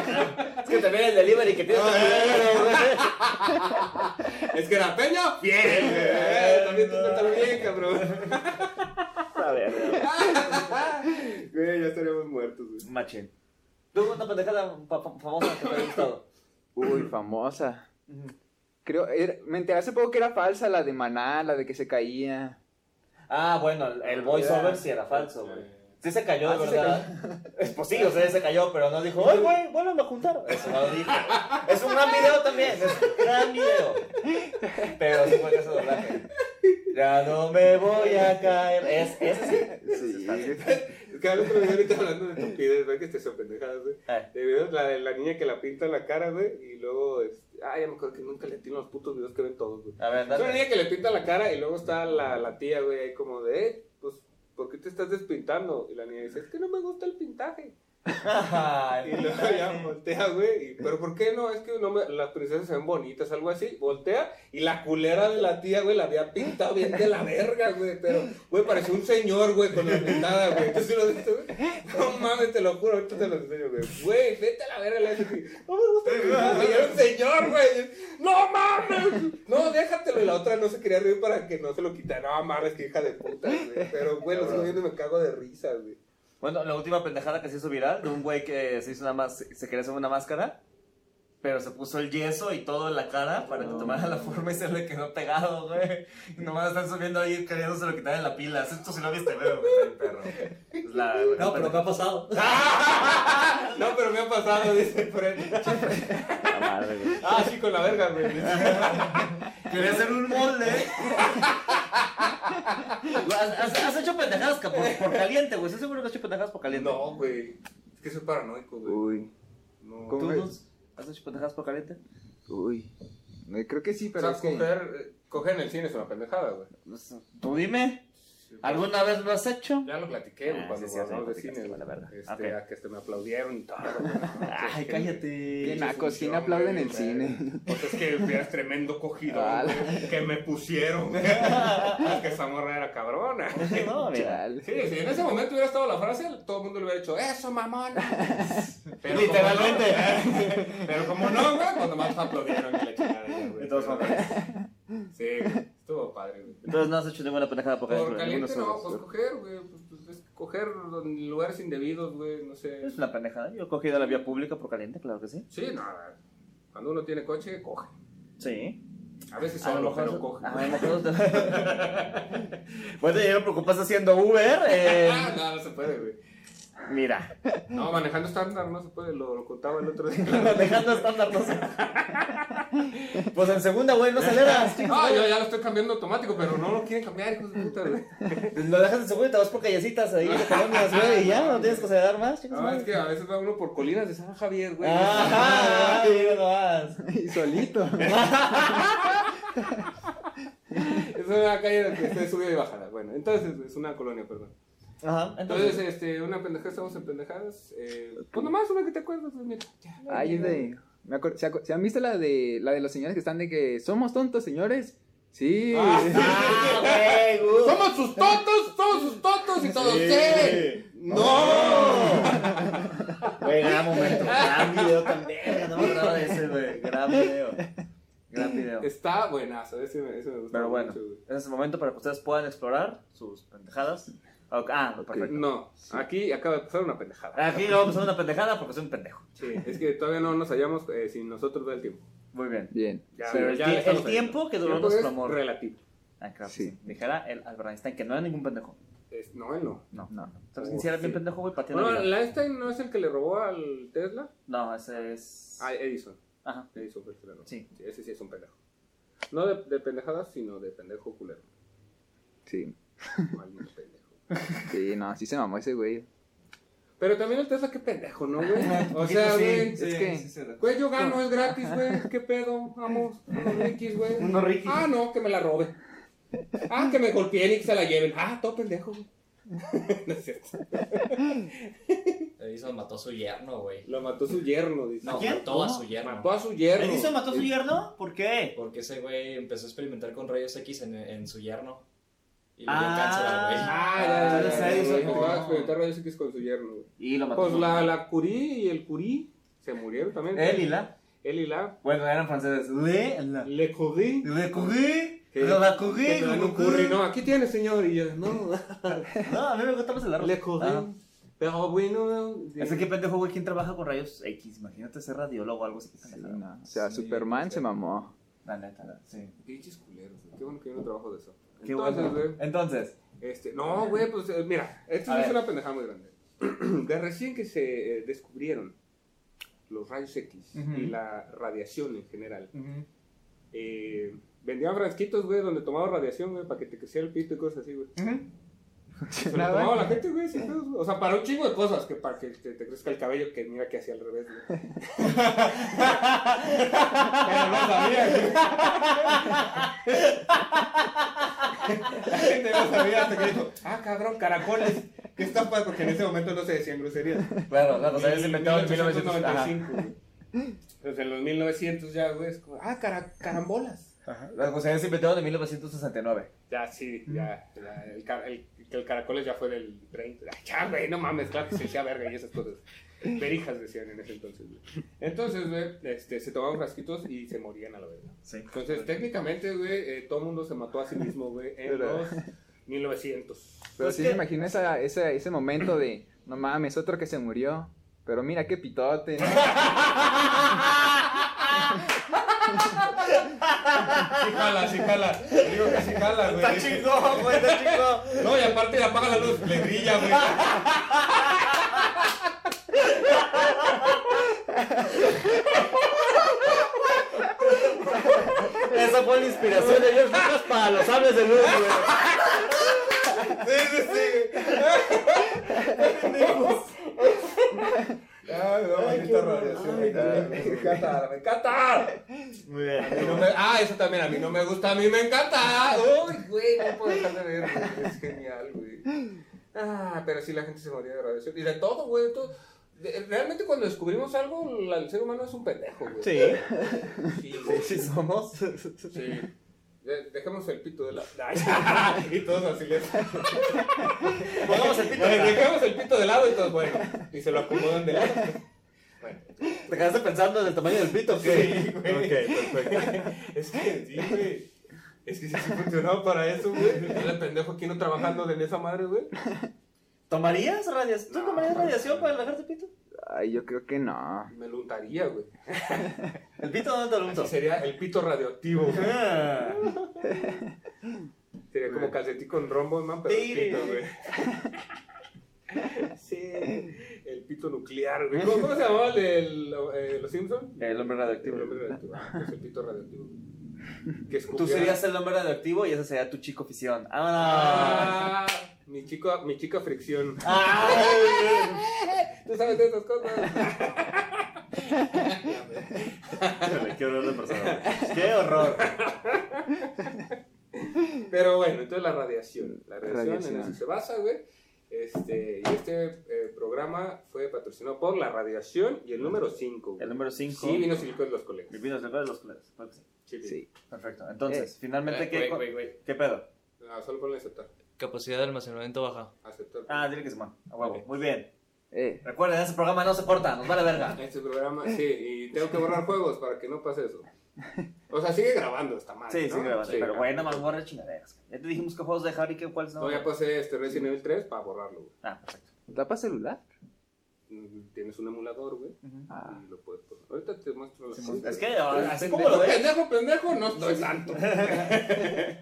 [SPEAKER 2] Es que también el delivery que tiene.
[SPEAKER 3] Es que era Peña, fiel, güey. Eh, También tú estás bien, cabrón.
[SPEAKER 2] A ver,
[SPEAKER 3] Güey, ya estaríamos muertos, güey.
[SPEAKER 2] machín. ¿Tú una pendejada fa- fa- famosa que te ha gustado?
[SPEAKER 1] Uy, famosa. Creo, era- me enteré hace poco que era falsa la de Maná, la de que se caía.
[SPEAKER 2] Ah, bueno, el- el voiceover sí era falso, güey. Sí se cayó, de
[SPEAKER 1] Ah, sí se
[SPEAKER 2] verdad. Es pues sí, o sea, se cayó, pero no dijo, ¡ay, güey, vuelvan a juntar! Eso no lo dijo. Es un gran video también, es un gran video. Pero sí fue que se doblaje. Ya no me voy a caer. Es, es
[SPEAKER 1] Sí.
[SPEAKER 3] Es que otro video ahorita hablando de estupidez, güey, que te son pendejadas, güey.
[SPEAKER 2] Eh.
[SPEAKER 3] De videos, la de la niña que la pinta la cara, güey, y luego, este, ah, ya me acuerdo que nunca le tienen los putos videos que ven todos, güey.
[SPEAKER 2] A ver,
[SPEAKER 3] Es una
[SPEAKER 2] dale.
[SPEAKER 3] niña que le pinta la cara y luego está la, la tía, güey, ahí como de, eh, pues, ¿por qué te estás despintando? Y la niña dice, es que no me gusta el pintaje.
[SPEAKER 2] Ay,
[SPEAKER 3] Y luego ya voltea, güey, y, pero ¿por qué no? Es que no me- las princesas se ven bonitas, algo así. Voltea y la culera de la tía, güey, la había pintado bien de la verga, güey. Pero, güey, parecía un señor, güey, con la pintada, güey. ¿Tú sí lo viste, güey? No mames, te lo juro, ahorita te lo enseño, güey. Güey, vete a la verga, le dice así, No me gusta el pintaje". Y era un señor, güey. No mames. No, déjatelo. Y la otra no se quería reír para que no se lo quitara. No mames, que hija de puta, güey. Pero, güey, lo sigo viendo y me cago de risa, güey.
[SPEAKER 2] Bueno, la última pendejada que se hizo viral de un güey que se hizo una más, se quería hacer una máscara, pero se puso el yeso y todo en la cara para que tomara la forma y se le quedó pegado, güey. Y nomás están subiendo ahí queriéndose lo quitar de la pila. Esto si no viste, veo, güey, perro. Es la,
[SPEAKER 9] No, pero ¿qué ha pasado?
[SPEAKER 3] No, pero me ha pasado, dice Fred. Ah, sí, con la verga, güey.
[SPEAKER 2] Quería hacer un molde. ¿Has, has- has hecho pendejadas ca- por, por caliente, güey. Estoy seguro que has hecho pendejadas por caliente.
[SPEAKER 3] No, güey. Es que soy paranoico, güey.
[SPEAKER 8] Uy,
[SPEAKER 3] No.
[SPEAKER 8] ¿Cómo
[SPEAKER 2] ¿Tú
[SPEAKER 8] ves?
[SPEAKER 2] Dulce, has hecho pendejadas por caliente?
[SPEAKER 8] uy. Eh, Creo que sí,
[SPEAKER 3] O
[SPEAKER 8] pero
[SPEAKER 3] sea,
[SPEAKER 8] es que...
[SPEAKER 3] coger, eh, coger en el cine es una pendejada, güey.
[SPEAKER 2] Pues, Tú dime. ¿Alguna vez lo has hecho?
[SPEAKER 3] Ya lo platiqué, güey,
[SPEAKER 2] Ah,
[SPEAKER 3] cuando
[SPEAKER 2] sí, sí,
[SPEAKER 3] hablamos
[SPEAKER 2] sí,
[SPEAKER 3] de
[SPEAKER 2] platicaste,
[SPEAKER 3] cine.
[SPEAKER 2] vale,
[SPEAKER 3] güey.
[SPEAKER 2] verga.
[SPEAKER 3] Este,
[SPEAKER 2] Ok.
[SPEAKER 3] a que este, me aplaudieron y todo. güey.
[SPEAKER 2] Ay, cállate.
[SPEAKER 8] Qué nacos, ¿quién aplaude en el cine?
[SPEAKER 3] Pues es que veas tremendo cogido
[SPEAKER 8] Ah, la-
[SPEAKER 3] güey, que me pusieron. güey. Es que esa morra era cabrona.
[SPEAKER 2] No, mira.
[SPEAKER 8] Chale.
[SPEAKER 3] Sí, si en ese momento hubiera estado la frase, todo el mundo le hubiera dicho, eso, mamón. Pero
[SPEAKER 2] Literalmente.
[SPEAKER 3] como no- pero como no, güey, cuando más aplaudieron y la chingada. ya, güey.
[SPEAKER 2] Entonces,
[SPEAKER 3] Sí, güey, estuvo padre, güey.
[SPEAKER 2] Entonces pues, no has hecho ninguna pendejada por caliente.
[SPEAKER 3] Por caliente
[SPEAKER 2] ninguno
[SPEAKER 3] no,
[SPEAKER 2] solo.
[SPEAKER 3] pues coger, güey. Pues, pues, es coger en lugares indebidos, güey, no sé.
[SPEAKER 2] Es una pendejada. Yo he cogido la vía pública por caliente, claro que sí.
[SPEAKER 3] Sí, nada. Cuando uno tiene coche, coge.
[SPEAKER 2] Sí.
[SPEAKER 3] A veces
[SPEAKER 2] A lo
[SPEAKER 3] solo,
[SPEAKER 2] mejor. Ah,
[SPEAKER 3] pero coge. Ah,
[SPEAKER 2] a lo mejor- bueno, ya me preocupas haciendo Uber. eh,
[SPEAKER 3] Ah, no, no se puede, güey.
[SPEAKER 2] mira,
[SPEAKER 3] No, manejando estándar no se puede, lo, lo contaba el otro día.
[SPEAKER 2] manejando estándar no sé. Pues en segunda, güey, no aceleras. chicos.
[SPEAKER 3] No, Ah, yo ya lo estoy cambiando automático, pero no lo quieren cambiar, hijos de puta, güey.
[SPEAKER 2] Lo dejas en segunda y te vas por callecitas ahí de colonias, güey, y ya no tienes que acelerar más, chicos.
[SPEAKER 3] No, Ah, es que a veces va uno por colinas de San Javier, güey.
[SPEAKER 2] Ajá, mira nomás.
[SPEAKER 8] Y solito.
[SPEAKER 3] Es una calle en la que está subida y bajada. Bueno, entonces es una colonia, perdón.
[SPEAKER 2] Ajá,
[SPEAKER 3] Entonces,
[SPEAKER 2] entonces.
[SPEAKER 3] este, una pendejada, estamos en pendejadas. Eh, pues nomás una que te acuerdas, pues mira. ya.
[SPEAKER 8] Ay, es de... Me acuer- ¿Se, acu- ¿se han visto la de, la de los señores que están de que somos tontos, señores? Sí.
[SPEAKER 2] Ah, güey, güey.
[SPEAKER 3] Somos sus tontos, somos sus tontos y todos.
[SPEAKER 2] Sí.
[SPEAKER 3] ¿Qué? ¡No!
[SPEAKER 2] Güey, gran momento, gran video también. No me acordaba de ese, güey. Gran video. Gran video.
[SPEAKER 3] Está buenazo, ese me, ese me gusta
[SPEAKER 2] Pero bueno,
[SPEAKER 3] mucho, güey.
[SPEAKER 2] ese es el momento para que ustedes puedan explorar sus pendejadas. Ah, ok, Ah, perfecto.
[SPEAKER 3] No, aquí acaba de pasar una pendejada.
[SPEAKER 2] Aquí no vamos a hacer una pendejada porque soy un pendejo.
[SPEAKER 3] Sí, es que todavía no nos hallamos eh, sin nosotros da el tiempo.
[SPEAKER 2] Muy bien.
[SPEAKER 8] Bien.
[SPEAKER 3] Ya,
[SPEAKER 2] Pero el,
[SPEAKER 3] ya
[SPEAKER 2] tie-
[SPEAKER 3] le
[SPEAKER 2] el
[SPEAKER 3] estamos
[SPEAKER 2] tiempo que
[SPEAKER 3] El
[SPEAKER 2] duró
[SPEAKER 3] tiempo
[SPEAKER 2] nuestro
[SPEAKER 3] pues, es
[SPEAKER 2] amor.
[SPEAKER 3] relativo.
[SPEAKER 2] Ah, claro,
[SPEAKER 8] Sí.
[SPEAKER 2] sí. Dijera el Albert Einstein que no era ningún pendejo.
[SPEAKER 3] Es- no, él no.
[SPEAKER 2] No.
[SPEAKER 8] No.
[SPEAKER 2] Entonces, si era bien
[SPEAKER 3] Sí.
[SPEAKER 2] pendejo, güey, pateando.
[SPEAKER 3] Bueno,
[SPEAKER 2] la...
[SPEAKER 3] ¿el Einstein no es el que le robó al Tesla?
[SPEAKER 2] No, ese es.
[SPEAKER 3] Ah, Edison.
[SPEAKER 2] Ajá.
[SPEAKER 3] Edison fue el que le robó.
[SPEAKER 2] Sí.
[SPEAKER 3] Ese sí es un pendejo. No de, de pendejadas, sino de pendejo culero.
[SPEAKER 8] Sí.
[SPEAKER 3] Maldito pendejo.
[SPEAKER 8] Sí, no, sí se mamó ese güey.
[SPEAKER 3] Pero también el Tesla, qué pendejo, ¿no, güey? O sea,
[SPEAKER 1] sí,
[SPEAKER 3] güey.
[SPEAKER 8] es que-
[SPEAKER 1] sí, sí, sí.
[SPEAKER 3] Güey, yo gano, es gratis, güey. ¿Qué pedo? Vamos, unos rikis, güey.
[SPEAKER 2] Unos rikis.
[SPEAKER 3] Ah, no, que me la robe. Ah, que me golpeen y que se la lleven. Ah, todo pendejo, güey. No es cierto.
[SPEAKER 4] Edison mató a su yerno, güey.
[SPEAKER 3] Lo mató su yerno, dice.
[SPEAKER 4] No,
[SPEAKER 2] quién?
[SPEAKER 4] mató a
[SPEAKER 2] ¿Cómo?
[SPEAKER 4] su yerno.
[SPEAKER 3] Mató a su yerno.
[SPEAKER 2] ¿Edison mató a su yerno? ¿Por qué?
[SPEAKER 4] Porque ese güey empezó a experimentar con rayos X en, en su yerno. Y le dio cáncer al güey.
[SPEAKER 2] Ah.
[SPEAKER 3] Ah, ya, ya,
[SPEAKER 2] Ah,
[SPEAKER 3] ya, ya,
[SPEAKER 2] Edison,
[SPEAKER 3] güey, que
[SPEAKER 2] no.
[SPEAKER 3] va a experimentar rayos X con su yerno, güey.
[SPEAKER 2] Y lo mató.
[SPEAKER 3] Pues la, la Curie y el Curie se murieron también.
[SPEAKER 2] Él y la.
[SPEAKER 3] Él y la.
[SPEAKER 2] Bueno, eran franceses. Le, la.
[SPEAKER 3] Le Curie.
[SPEAKER 2] Le Curie.
[SPEAKER 3] Que-
[SPEAKER 2] La
[SPEAKER 3] que te
[SPEAKER 2] Curie.
[SPEAKER 3] dan un
[SPEAKER 2] Le
[SPEAKER 3] curry,
[SPEAKER 2] Curie.
[SPEAKER 3] no, aquí tiene señor y yo, no,
[SPEAKER 2] No, a mí me gusta más el árbol.
[SPEAKER 3] le Curie.
[SPEAKER 2] Ajá.
[SPEAKER 3] Pero bueno,
[SPEAKER 2] Ese Ah. que pendejo, güey, ¿quién trabaja con rayos X? Imagínate ser radiólogo o algo así.
[SPEAKER 8] Sí, no. O sea, Superman se mamó.
[SPEAKER 2] La neta, sí.
[SPEAKER 3] Pinches culeros, güey. Qué bueno que yo no trabajo de eso.
[SPEAKER 2] Qué
[SPEAKER 3] Entonces,
[SPEAKER 2] bueno.
[SPEAKER 3] güey,
[SPEAKER 2] Entonces,
[SPEAKER 3] este, no, güey, pues eh, mira, esto
[SPEAKER 2] A
[SPEAKER 3] sí es
[SPEAKER 2] ver.
[SPEAKER 3] una pendejada muy grande. De recién que se eh, descubrieron los rayos X
[SPEAKER 1] Ujú.
[SPEAKER 3] y la radiación en general,
[SPEAKER 1] Ujú.
[SPEAKER 3] eh, vendían frasquitos, güey, donde tomaban radiación, güey, para que te creciera el pito y cosas así, güey. Se lo tomaba la gente, güey, sin pedos, güey. O sea, para un chingo de cosas, que para que te, te crezca el cabello, que mira que hacía al revés, güey. Pero no sabía, güey. La gente no sabía hasta que dijo, ah, cabrón, caracoles. ¿Qué está pasando? Porque en ese momento no se decían groserías.
[SPEAKER 2] claro, la cosa es inventado en
[SPEAKER 3] 1995,
[SPEAKER 2] 1995.
[SPEAKER 3] güey. Entonces en los 1900 ya, güey, es como, ah, cara- carambolas.
[SPEAKER 2] Ajá. La cosa es inventado en 1969.
[SPEAKER 3] Ya, sí, ya. ya, el, ca- el, el caracoles ya fue del 30. Ay, ya, güey, no mames, claro que se decía verga y esas cosas. Verijas decían en ese entonces, güey. Entonces, güey, este, se tomaban frasquitos y se morían a la verga.
[SPEAKER 2] Sí.
[SPEAKER 3] Entonces, técnicamente, güey, eh, todo el mundo se mató a sí mismo, güey, en los 1900.
[SPEAKER 8] Pero
[SPEAKER 2] Es
[SPEAKER 8] sí
[SPEAKER 2] que-
[SPEAKER 8] me imagino esa, esa- ese momento de, no mames, otro que se murió. Pero mira qué pitote. ¿no?
[SPEAKER 3] Sí jala, sí jala. Digo que sí jala, güey.
[SPEAKER 2] Está chingón, güey, está chingón.
[SPEAKER 3] No, y aparte le apaga la luz, le brilla, güey.
[SPEAKER 2] Esa fue la inspiración de Dios Lucas para los sables de luz, güey.
[SPEAKER 3] me encanta, me encanta.
[SPEAKER 12] Muy bien.
[SPEAKER 3] A mí no me- Ah, eso también, a mí no me gusta, a mí me encanta. Uy, güey, no puedo dejar de ver. güey, Es genial, güey. Ah, pero sí, la gente se moría de radiación. Y de todo, güey, de todo. De- Realmente cuando descubrimos algo, la- el ser humano es un pendejo, güey.
[SPEAKER 12] Sí.
[SPEAKER 3] Sí, güey.
[SPEAKER 12] Sí, somos.
[SPEAKER 3] Sí. De- Dejemos el pito de la. y todos así le.
[SPEAKER 12] Pongamos el pito de
[SPEAKER 3] Eh,
[SPEAKER 12] la-
[SPEAKER 3] Dejemos el pito de lado y todos, bueno. Y se lo acomodan de lado.
[SPEAKER 12] Te quedaste pensando en el tamaño del pito,
[SPEAKER 3] Sí,
[SPEAKER 12] Ok,
[SPEAKER 3] güey.
[SPEAKER 12] perfecto.
[SPEAKER 3] Es que sí, güey. Es que sí, sí funcionaba para eso, güey. El pendejo aquí no trabajando en esa madre, güey.
[SPEAKER 2] ¿Tomarías radiación? ¿Tú tomarías radiación para relajarte el pito?
[SPEAKER 1] Ay, yo creo que no.
[SPEAKER 3] Me lo untaría, güey.
[SPEAKER 2] ¿El pito dónde te lo unto?
[SPEAKER 3] Así sería el pito radioactivo, güey.
[SPEAKER 2] Ah.
[SPEAKER 3] Sería como calcetín con rombo, man, pero el
[SPEAKER 2] Tire.
[SPEAKER 3] pito, güey. Sí, el pito nuclear, güey. ¿Cómo, cómo se llamaba el de Los Simpsons?
[SPEAKER 12] El hombre
[SPEAKER 3] El
[SPEAKER 12] radioactivo.
[SPEAKER 3] hombre radioactivo. Ah, pues el pito radioactivo. Que
[SPEAKER 2] Tú
[SPEAKER 3] escupiera-
[SPEAKER 2] serías el hombre radioactivo y esa sería tu chico afición.
[SPEAKER 3] Ah,
[SPEAKER 2] ¡Ah!
[SPEAKER 3] mi, chico, mi chica fricción.
[SPEAKER 12] Ah.
[SPEAKER 2] ¡Ay!
[SPEAKER 3] Tú sabes de esas cosas.
[SPEAKER 12] Qué horror de persona. Qué horror.
[SPEAKER 3] Pero bueno, entonces la radiación. La radiación, en
[SPEAKER 1] Radiación.
[SPEAKER 3] eso se basa, güey. Este, y este eh, programa fue patrocinado por la radiación y el número 5.
[SPEAKER 12] El número 5.
[SPEAKER 3] Sí, vinos y licores de los colegas.
[SPEAKER 12] Vivinos de los claves. Claro que sí.
[SPEAKER 3] Sí, sí.
[SPEAKER 1] Sí.
[SPEAKER 12] Perfecto. Entonces,
[SPEAKER 13] Güey,
[SPEAKER 12] finalmente, ¿qué,
[SPEAKER 13] Eh, güey, güey, güey.
[SPEAKER 12] ¿qué pedo?
[SPEAKER 3] Ah, solo ponle aceptar.
[SPEAKER 4] Capacidad de almacenamiento baja.
[SPEAKER 3] Aceptar.
[SPEAKER 12] Ah, dile que se man. A huevo. Muy bien.
[SPEAKER 1] Eh,
[SPEAKER 2] Recuerden, ese programa no se corta, nos vale verga.
[SPEAKER 3] Este programa, sí, y tengo que borrar juegos para que no pase eso. O sea, sigue grabando esta madre.
[SPEAKER 12] Sí,
[SPEAKER 3] ¿no?
[SPEAKER 12] sí, grabando. Pero
[SPEAKER 3] claro.
[SPEAKER 12] bueno, más borra chingaderas. Ya te dijimos qué juegos dejar y qué cuáles no.
[SPEAKER 3] No, ya pasé este Resident Evil 3 para borrarlo, güey.
[SPEAKER 12] Ah, perfecto.
[SPEAKER 1] ¿tapa celular?
[SPEAKER 3] Mm, Tienes un emulador, güey.
[SPEAKER 1] Ah.
[SPEAKER 3] Y lo puedes poner. Ahorita te muestro las cosas.
[SPEAKER 2] Es que ah, así como lo
[SPEAKER 3] Pendejo,
[SPEAKER 2] ves,
[SPEAKER 3] pendejo, pendejo, no estoy santo.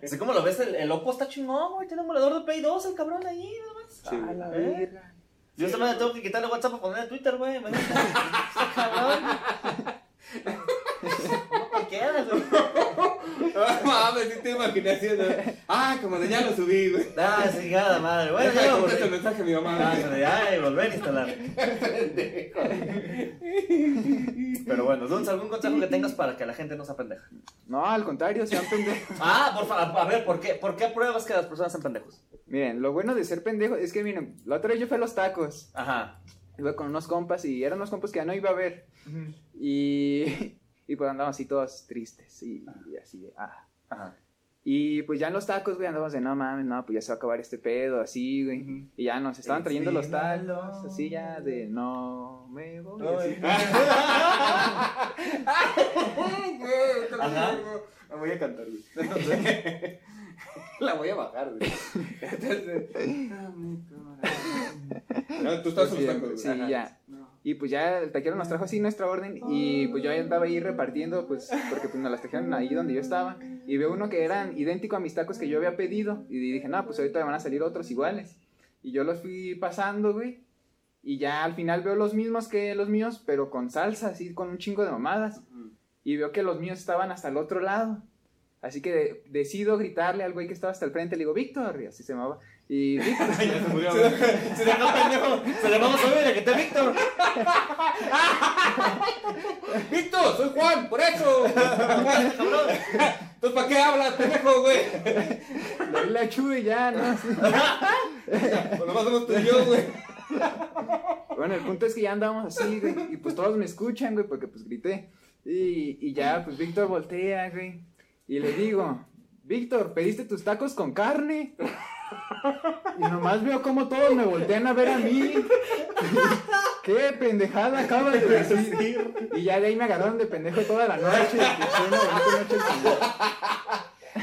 [SPEAKER 2] así como lo ves, el, el Oppo está chingón, güey. Tiene un emulador de Play 2, el cabrón ahí, nada más.
[SPEAKER 3] Sí, güey.
[SPEAKER 1] la
[SPEAKER 2] ¿Eh?
[SPEAKER 1] verga.
[SPEAKER 2] Yo esta mañana tengo que quitarle WhatsApp para ponerle Twitter, güey. imagínate. Está cabrón. No cualquiera, güey.
[SPEAKER 3] Ah, mames, sí te imaginé haciendo. Ah, como de ya lo subí, güey.
[SPEAKER 2] Ah, chingada madre. Bueno,
[SPEAKER 3] Deja de
[SPEAKER 2] ya lo
[SPEAKER 3] contesto el
[SPEAKER 2] volví.
[SPEAKER 3] mensaje a mi mamá.
[SPEAKER 2] Ah, se le- ay, volver a instalar. Pero bueno, Duns, ¿algún consejo que tengas para que la gente no se apendeja?
[SPEAKER 1] No, al contrario, sean pendejos.
[SPEAKER 2] Ah, por favor, a ver, ¿por qué, ¿por qué pruebas que las personas sean pendejos?
[SPEAKER 1] miren, lo bueno de ser pendejo es que, miren, la otra vez yo fui a los tacos.
[SPEAKER 2] Ajá.
[SPEAKER 1] Iba con unos compas y eran unos compas que ya no iba a ver. Y, y pues andaban así todos tristes y, y así de, ah.
[SPEAKER 2] Ajá.
[SPEAKER 1] Y pues ya en los tacos, güey, andábamos de, no mames, no, pues ya se va a acabar este pedo, así, güey. Y ya nos estaban trayendo los tacos, así ya de, no me voy.
[SPEAKER 3] eh,
[SPEAKER 1] así.
[SPEAKER 2] Ajá.
[SPEAKER 3] La voy a cantar, güey. La voy a bajar, güey. Entonces, ah, mi corazón. No, tú estás
[SPEAKER 1] Sí,
[SPEAKER 3] asustando, güey.
[SPEAKER 1] sí, ya. Y pues ya el taquero nos trajo así nuestra orden y pues yo ahí andaba ahí repartiendo, pues porque pues nos las trajeron ahí donde yo estaba y veo uno que eran idéntico a mis tacos que yo había pedido y dije, no, pues ahorita me van a salir otros iguales. Y yo los fui pasando, güey. Y ya al final veo los mismos que los míos, pero con salsa, así con un chingo de mamadas. Y veo que los míos estaban hasta el otro lado. Así que de- decido gritarle al güey que estaba hasta el frente. Le digo, Víctor, y así se llamaba. Y Víctor,
[SPEAKER 3] Ya se murió, güey.
[SPEAKER 2] Se llamó pendejo. Se llamó Soberia, que está Víctor.
[SPEAKER 3] Víctor, soy Juan, por eso.
[SPEAKER 2] Cabrón.
[SPEAKER 3] Entonces, ¿para qué hablas, pendejo, güey?
[SPEAKER 1] le- le ayudo y ya, ¿no?
[SPEAKER 3] Pues nomás somos tú y yo, güey.
[SPEAKER 1] Bueno, el punto es que ya andábamos así, güey. Y pues todos me escuchan, güey, porque pues grité. Y, y ya, pues Víctor voltea, güey. Y le digo, Víctor, ¿pediste tus tacos con carne? Y nomás veo como todos me voltean a ver a mí. ¿Qué pendejada acaba de decir? Y ya de ahí me agarraron de pendejo toda la noche. y pues, fue una bonita noche el pendejo.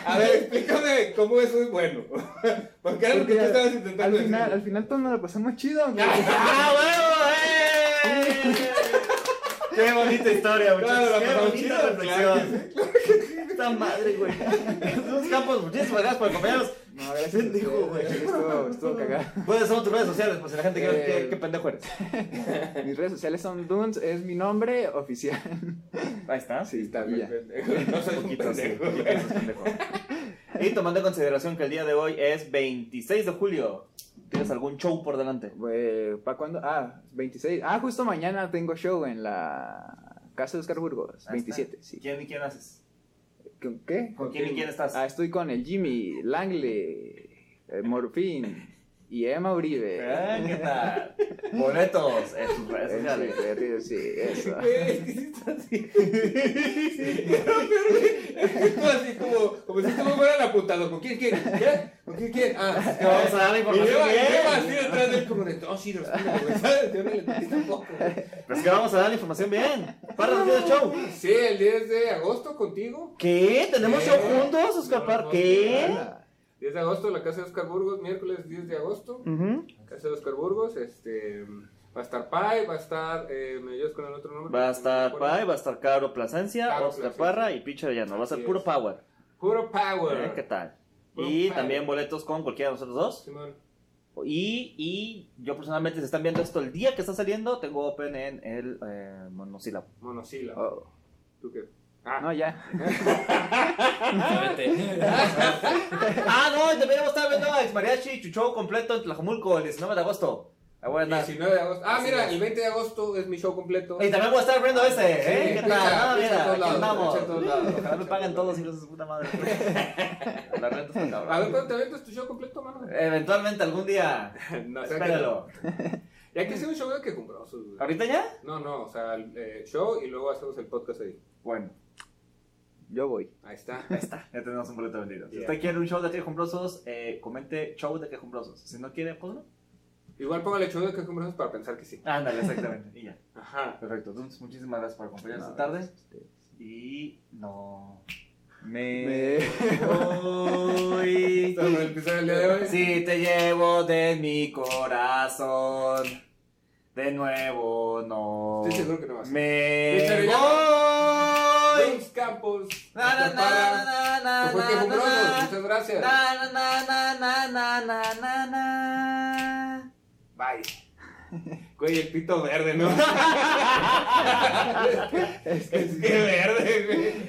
[SPEAKER 3] A ver, explícame cómo eso es bueno. Porque era lo que tú estabas intentando
[SPEAKER 1] al
[SPEAKER 3] decir.
[SPEAKER 1] final, al final todos nos la pasamos chido, güey.
[SPEAKER 2] ¡Ah, huevo! ¡Eh! ¡Qué bonita historia, muchachos!
[SPEAKER 3] Claro,
[SPEAKER 2] ¡Qué
[SPEAKER 3] la
[SPEAKER 2] bonita
[SPEAKER 3] chido,
[SPEAKER 2] reflexión! ¡Esta madre, güey! Duns Campos, muchísimas gracias por acompañarnos.
[SPEAKER 1] No, gracias.
[SPEAKER 2] Pendejo, güey.
[SPEAKER 1] Estuvo, estuvo cagado.
[SPEAKER 2] ¿Cuáles son tus redes sociales? Por si la gente quiere
[SPEAKER 1] Eh,
[SPEAKER 2] qué, qué pendejo eres.
[SPEAKER 1] Mis redes sociales son Duns, es mi nombre oficial.
[SPEAKER 12] Ahí está.
[SPEAKER 1] Sí, está
[SPEAKER 3] Güey,
[SPEAKER 2] pues.
[SPEAKER 3] pendejo. No soy un
[SPEAKER 12] Poquito así.
[SPEAKER 3] pendejo.
[SPEAKER 12] poquito así, pendejo.
[SPEAKER 2] Y tomando en consideración que el día de hoy es 26 de julio, ¿tienes algún show por delante?
[SPEAKER 1] ¿Para cuándo? Ah, 26. Ah, justo mañana tengo show en la Casa de Oscar Burgos,
[SPEAKER 2] está.
[SPEAKER 1] 27, sí.
[SPEAKER 2] ¿Quién y quién haces?
[SPEAKER 1] ¿Con qué?
[SPEAKER 2] ¿Con quién y quién estás?
[SPEAKER 1] Ah, estoy con el Jimmy, Langle, eh, Morfín y Emma Uribe.
[SPEAKER 2] Ah, ¿Qué tal? Boletos en sus redes
[SPEAKER 1] Eh,
[SPEAKER 2] sociales.
[SPEAKER 1] sí, sí, sí, eso.
[SPEAKER 3] así como, como si tú me hubieran apuntado. ¿Con quién quieres? ¿Qué? ¿Con quién quieres? Ah,
[SPEAKER 2] Te vamos a dar la
[SPEAKER 3] y lleva,
[SPEAKER 2] información
[SPEAKER 3] lleva
[SPEAKER 2] bien.
[SPEAKER 3] así detrás del como de, oh, sí, respira, güey, ¿sabes? Yo no le entendí tampoco. güey.
[SPEAKER 2] Pero es que vamos a dar la información bien. Para el video show.
[SPEAKER 3] Sí, el 10 de agosto contigo.
[SPEAKER 2] ¿Qué? ¿Tenemos
[SPEAKER 3] ¿Qué?
[SPEAKER 2] show juntos, Oscar
[SPEAKER 3] No,
[SPEAKER 2] Parr?
[SPEAKER 3] no,
[SPEAKER 2] ¿Qué?
[SPEAKER 3] 10 de agosto en la casa de Oscar Burgos, miércoles 10 de agosto.
[SPEAKER 2] Ujú.
[SPEAKER 3] Casa de Oscar Burgos, este. Va a estar Pai, va a estar. Eh, ¿Me ayudas con el otro nombre?
[SPEAKER 2] Va a estar
[SPEAKER 3] No me acuerdo.
[SPEAKER 2] Pai, va a estar Caro Plasencia,
[SPEAKER 3] Caro
[SPEAKER 2] Oscar
[SPEAKER 3] Plasencia.
[SPEAKER 2] Parra y Picha Llano. Va a ser
[SPEAKER 3] Así
[SPEAKER 2] puro
[SPEAKER 3] es.
[SPEAKER 2] power.
[SPEAKER 3] Puro Power.
[SPEAKER 2] ¿Eh? ¿Qué tal?
[SPEAKER 3] Puro
[SPEAKER 2] Y
[SPEAKER 3] power.
[SPEAKER 2] también boletos con cualquiera de nosotros dos.
[SPEAKER 3] Simón.
[SPEAKER 2] Y, y yo personalmente, si están viendo esto el día que está saliendo, tengo open en el eh, monosílabo.
[SPEAKER 3] Monosílabo.
[SPEAKER 1] Oh,
[SPEAKER 3] ¿Tú qué?
[SPEAKER 1] no, ya.
[SPEAKER 2] ah, no, y también vamos a estar viendo a Ex Mariachi Chucho completo en Tlajomulco el 19 de agosto. Ah, bueno, nada.
[SPEAKER 3] 19 de agosto. Ah,
[SPEAKER 2] Así
[SPEAKER 3] mira,
[SPEAKER 2] es.
[SPEAKER 3] el 20 de agosto es mi show completo.
[SPEAKER 2] Y también voy a estar viendo ese, ¿eh? ¿Qué
[SPEAKER 3] Ah, Sí, pizza, pizza
[SPEAKER 2] tal? Ah, mira,
[SPEAKER 3] en todos
[SPEAKER 2] aquí
[SPEAKER 3] lados,
[SPEAKER 2] andamos.
[SPEAKER 3] pizza en todos lados.
[SPEAKER 2] Ojalá me paguen todos, hijos de su puta madre. La renta está
[SPEAKER 3] A ver,
[SPEAKER 2] cabrón.
[SPEAKER 3] ¿cuándo te aventas tu show completo, mano?
[SPEAKER 2] Eventualmente algún día.
[SPEAKER 3] No, o sea que-
[SPEAKER 2] Espéralo.
[SPEAKER 3] Y hay que hacer un show de que compró su...
[SPEAKER 2] ¿Ahorita ya?
[SPEAKER 3] No, no, o sea, el eh, show y luego hacemos el podcast ahí.
[SPEAKER 2] Bueno,
[SPEAKER 1] Yo voy.
[SPEAKER 3] Ahí está.
[SPEAKER 2] ya tenemos un boleto vendido. Si
[SPEAKER 3] Yeah.
[SPEAKER 2] usted quiere un show de quejumbrosos, eh, comente show de quejumbrosos. Si no quiere, pues no.
[SPEAKER 3] Igual póngale show de que compramos para pensar que sí.
[SPEAKER 2] Ándale, exactamente. y ya.
[SPEAKER 3] Ajá.
[SPEAKER 2] Perfecto. Entonces, muchísimas gracias por acompañarnos
[SPEAKER 1] No, este,
[SPEAKER 2] esta tarde. Y no. Me. Eh,
[SPEAKER 1] Me-
[SPEAKER 2] voy.
[SPEAKER 3] Esto fue el episodio del día de hoy.
[SPEAKER 2] Si te llevo de mi corazón, de nuevo no.
[SPEAKER 3] Estoy seguro que no va a ser.
[SPEAKER 2] Me
[SPEAKER 3] Mister Villano.
[SPEAKER 2] voy.
[SPEAKER 3] Luis Campos.
[SPEAKER 2] Na, na,
[SPEAKER 3] Oscar
[SPEAKER 2] na,
[SPEAKER 3] Parra,
[SPEAKER 2] na, na,
[SPEAKER 3] que fue
[SPEAKER 2] na,
[SPEAKER 3] quejumbrosos.
[SPEAKER 2] na,
[SPEAKER 3] Muchas gracias.
[SPEAKER 2] na, na, na, na, na, na, na, na.
[SPEAKER 3] Bye. Güey, el pito verde, ¿no? es que verde, güey.